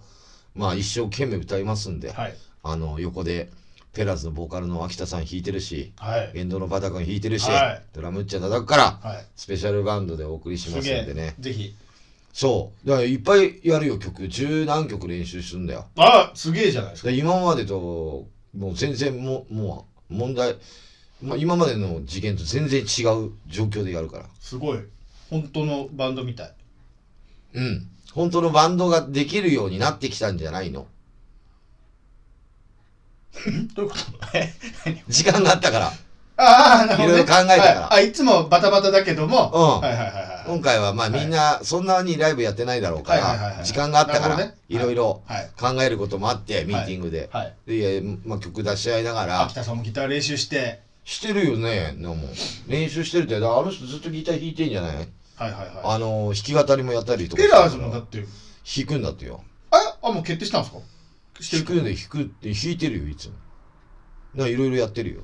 まあ一生懸命歌いますんで、
はい。
あの横でペラーズのボーカルの秋田さん弾いてるし
はい。
エンドのバタ君弾いてるし、
はい
ドラムっちゃ叩くから
はい。
スペシャルバンドでお送りしますす
げ
んで
え
ね。
ぜひ。
そうだからいっぱいやるよ曲十何曲練習するんだよ
あすげえじゃないですか。
で今までともう全然もうもう問題、まあ、今までの次元と全然違う状況でやるから
すごい。本当のバンドみたい。
うん本当のバンドができるようになってきたんじゃないの
どういうこと
時間があったから
ああ、なるほど、ね。
いろいろ考えたから
はいあ、いつもバタバタだけども。
うん
はいはいはいはい
今。回はまあ
はい
みんなそんなにライブやってないだろうか
はいはいはいは
ら
い
時間があったか
なるほ
ら
どね
いろいろ
はい。
考えることもあってミーティングで
はい。
で、まあ、曲出し合いながら
秋田さんもギター練習して。
してるよねでも練習してるってだからあの人ずっとギター弾いてんじゃない
はいはいはい。
あの弾き語りもやったりとか
ペラーズもだって。
弾くんだってよ
あ、あ、もう決定したんですかして
弾く
る
んで弾くって弾いてるよいつもなんかいろいろやってるよ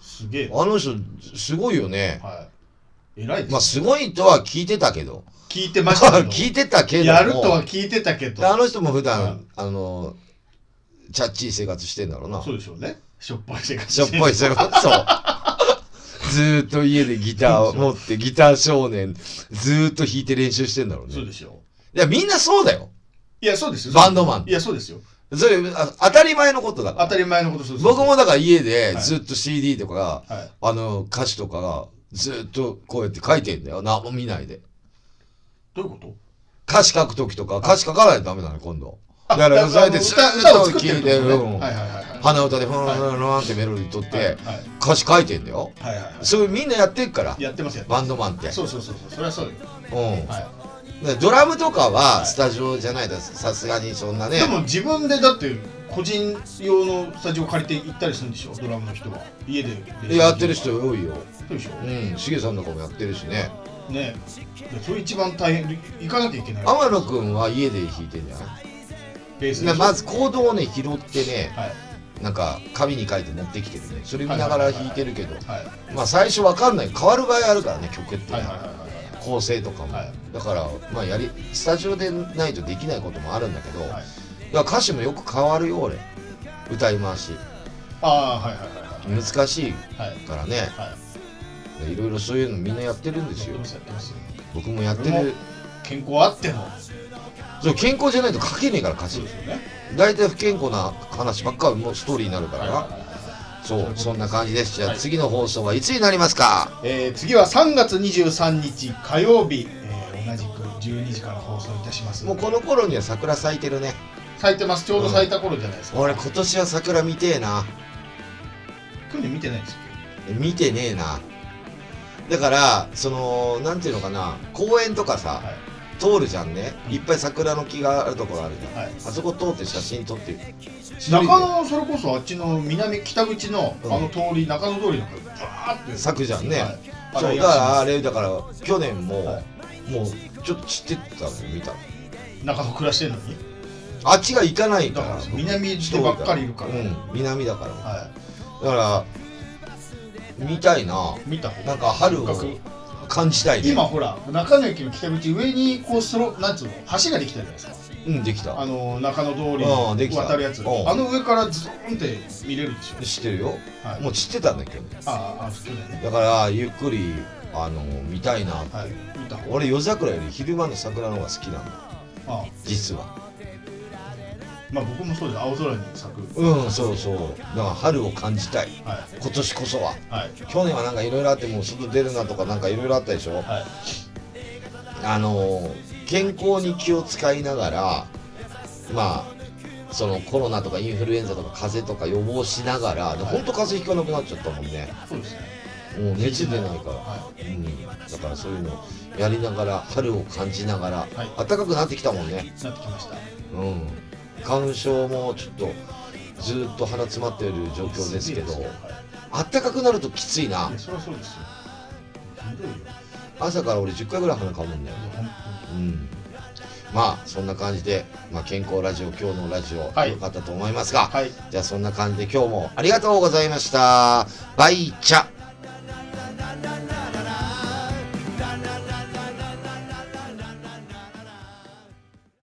すげえ。
あの人すごいよね
はい。偉いです、
まあすごいとは聞いてたけど
聞いてましたけど。
聞いてたけども
やるとは聞いてたけ
であ
ど。
の人も普
は
段
い
あのチャッチー生活してんだろうな
そうでしょうね。しょっぱい生活
しょっぽいそれこ そずーっと家でギターを持ってギター少年ずーっと弾いて練習してんだろうね
そうでしょ
いやみんなそうだよ
う。いや、そうですよ。
バンドマン
いや、そうですよ。
それあ当たり前のことだか
当
ら
たり前のことそうです。
僕もだから家で
はい
ずっと CD とかが、
はい。
あの歌詞とかがずーっとこうやって書いてんだよ何も見ないで
どういうこと
歌詞書く時とか歌詞書かないとダメだね今度
あ
だからそうやって
あの
ず
歌
ー
歌を
っと
作ってる
聴い
っててことね
うん
はいはいはいはい。
鼻歌でファンファンファンファンってメロディー取って、
はいはい
歌詞書いてんだよ
はいはいは
それみんなやってるから
い。やってますやって
バ
ま
ンドマンって
す。そうそうそうそう。それはそうよ。
うん
は
ドラムとか
は。
はいスタジオじゃないとさすがにそんないね
でも自分でだって個人用のスタジオ借りて行ったりするんでしょドラムの人は家で練習
でやってる人多いよ
そうでしょ、
うんしげさんとかもやってるしね
ねえそれ一番大変で行かなきゃいけない
天野くんは家で弾いてんじゃない
ベース
で
で
まずコードをね拾ってね
はい
なんか紙に書いて持ってきてるねそれ見ながら弾いてるけど
はい
まあ最初わかんない変わる場合あるからね曲って、
はいはいはい
構成とかも、
はい
だからまあやりスタジオでないとできないこともあるんだけど、
はい
だから歌詞もよく変わるよ俺歌い回し
ああはいはいはい
難しい
はい
からね
はいはい
いろいろそういうのみんなやってるんですよ
やってますやってます
僕もやって
俺
る
も健康あっての
そう健康じゃないと書けねえから歌
そう
詞
ですよね
大体不健康な話ばっかもうストーリーになるからな、そうそんな感じですじゃあ
はい
次の放送はいつになりますか
えー次は3月23日火曜日、えー同じく12時から放送いたします
もうこの頃には桜咲いてるね
咲いてますちょうど咲いた頃じゃないですか、
俺今年は桜見てえな
去年見てないんです
見てねえなだからそのなんていうのかな公園とかさ、
はい
通るじゃんね
うん
いっぱい桜の木があるところあるじゃん、
はい
あそこ通って写真撮ってる
けど中野それこそあっちの南北口のあ
うん
の通り、中野通りなんかバーって
咲くじゃんね、
はい
そうだからあれだから去年も、
は
もうちょっと散ってったの見たの
中野暮らしてるのに
あっちが行かないか
だ
ら
から南でばっかりいるから
うん南だからだ
は
から見たいない
見た方が
なんか春を
せっかく
感じたいね
今ほら中野駅の北口上にこうスロなんつうの橋ができたじゃないですか
うんでき
あ
た
の中野通り
ああでき
に
た
渡るやつ
うん
あの上からズーンって見れるでしょ
知ってるよ
はい
もう散ってたんだけど
あああ去年ね
だからゆっくりあの見たいなって、
はい見た方が
俺夜桜より昼間の桜の方が好きなんだ
ああ
実は
まあ僕もそうです青空に咲く
うんそうそうだから春を感じたい
は
今年こそはい
はい
去年はなんかいろいろあってもう外出るなとかなんかいろいろあったでしょ
はい
あのー健康に気を使いながらまあそのコロナとかインフルエンザとか風邪とか予防しながらで
はい
本当風邪ひかなくなっちゃったもんね
そうですね
もう熱出ないから、
は
うん、だからそういうのやりながら春を感じながら、
はい
暖かくなってきたもんね
なってきました
うん花粉症もちょっとずっと鼻詰まっている状況ですけど
はい
暖かくなるときついない
やそりゃそうですよひどいよいや
朝から俺10回ぐらい鼻かむんだよ
本
うんまあそんな感じで、まあ、健康ラジオ今日のラジオ、
はい
よかったと思いますが、
当にはい
じゃあそんな感じで今日もありがとうございましたバイチャ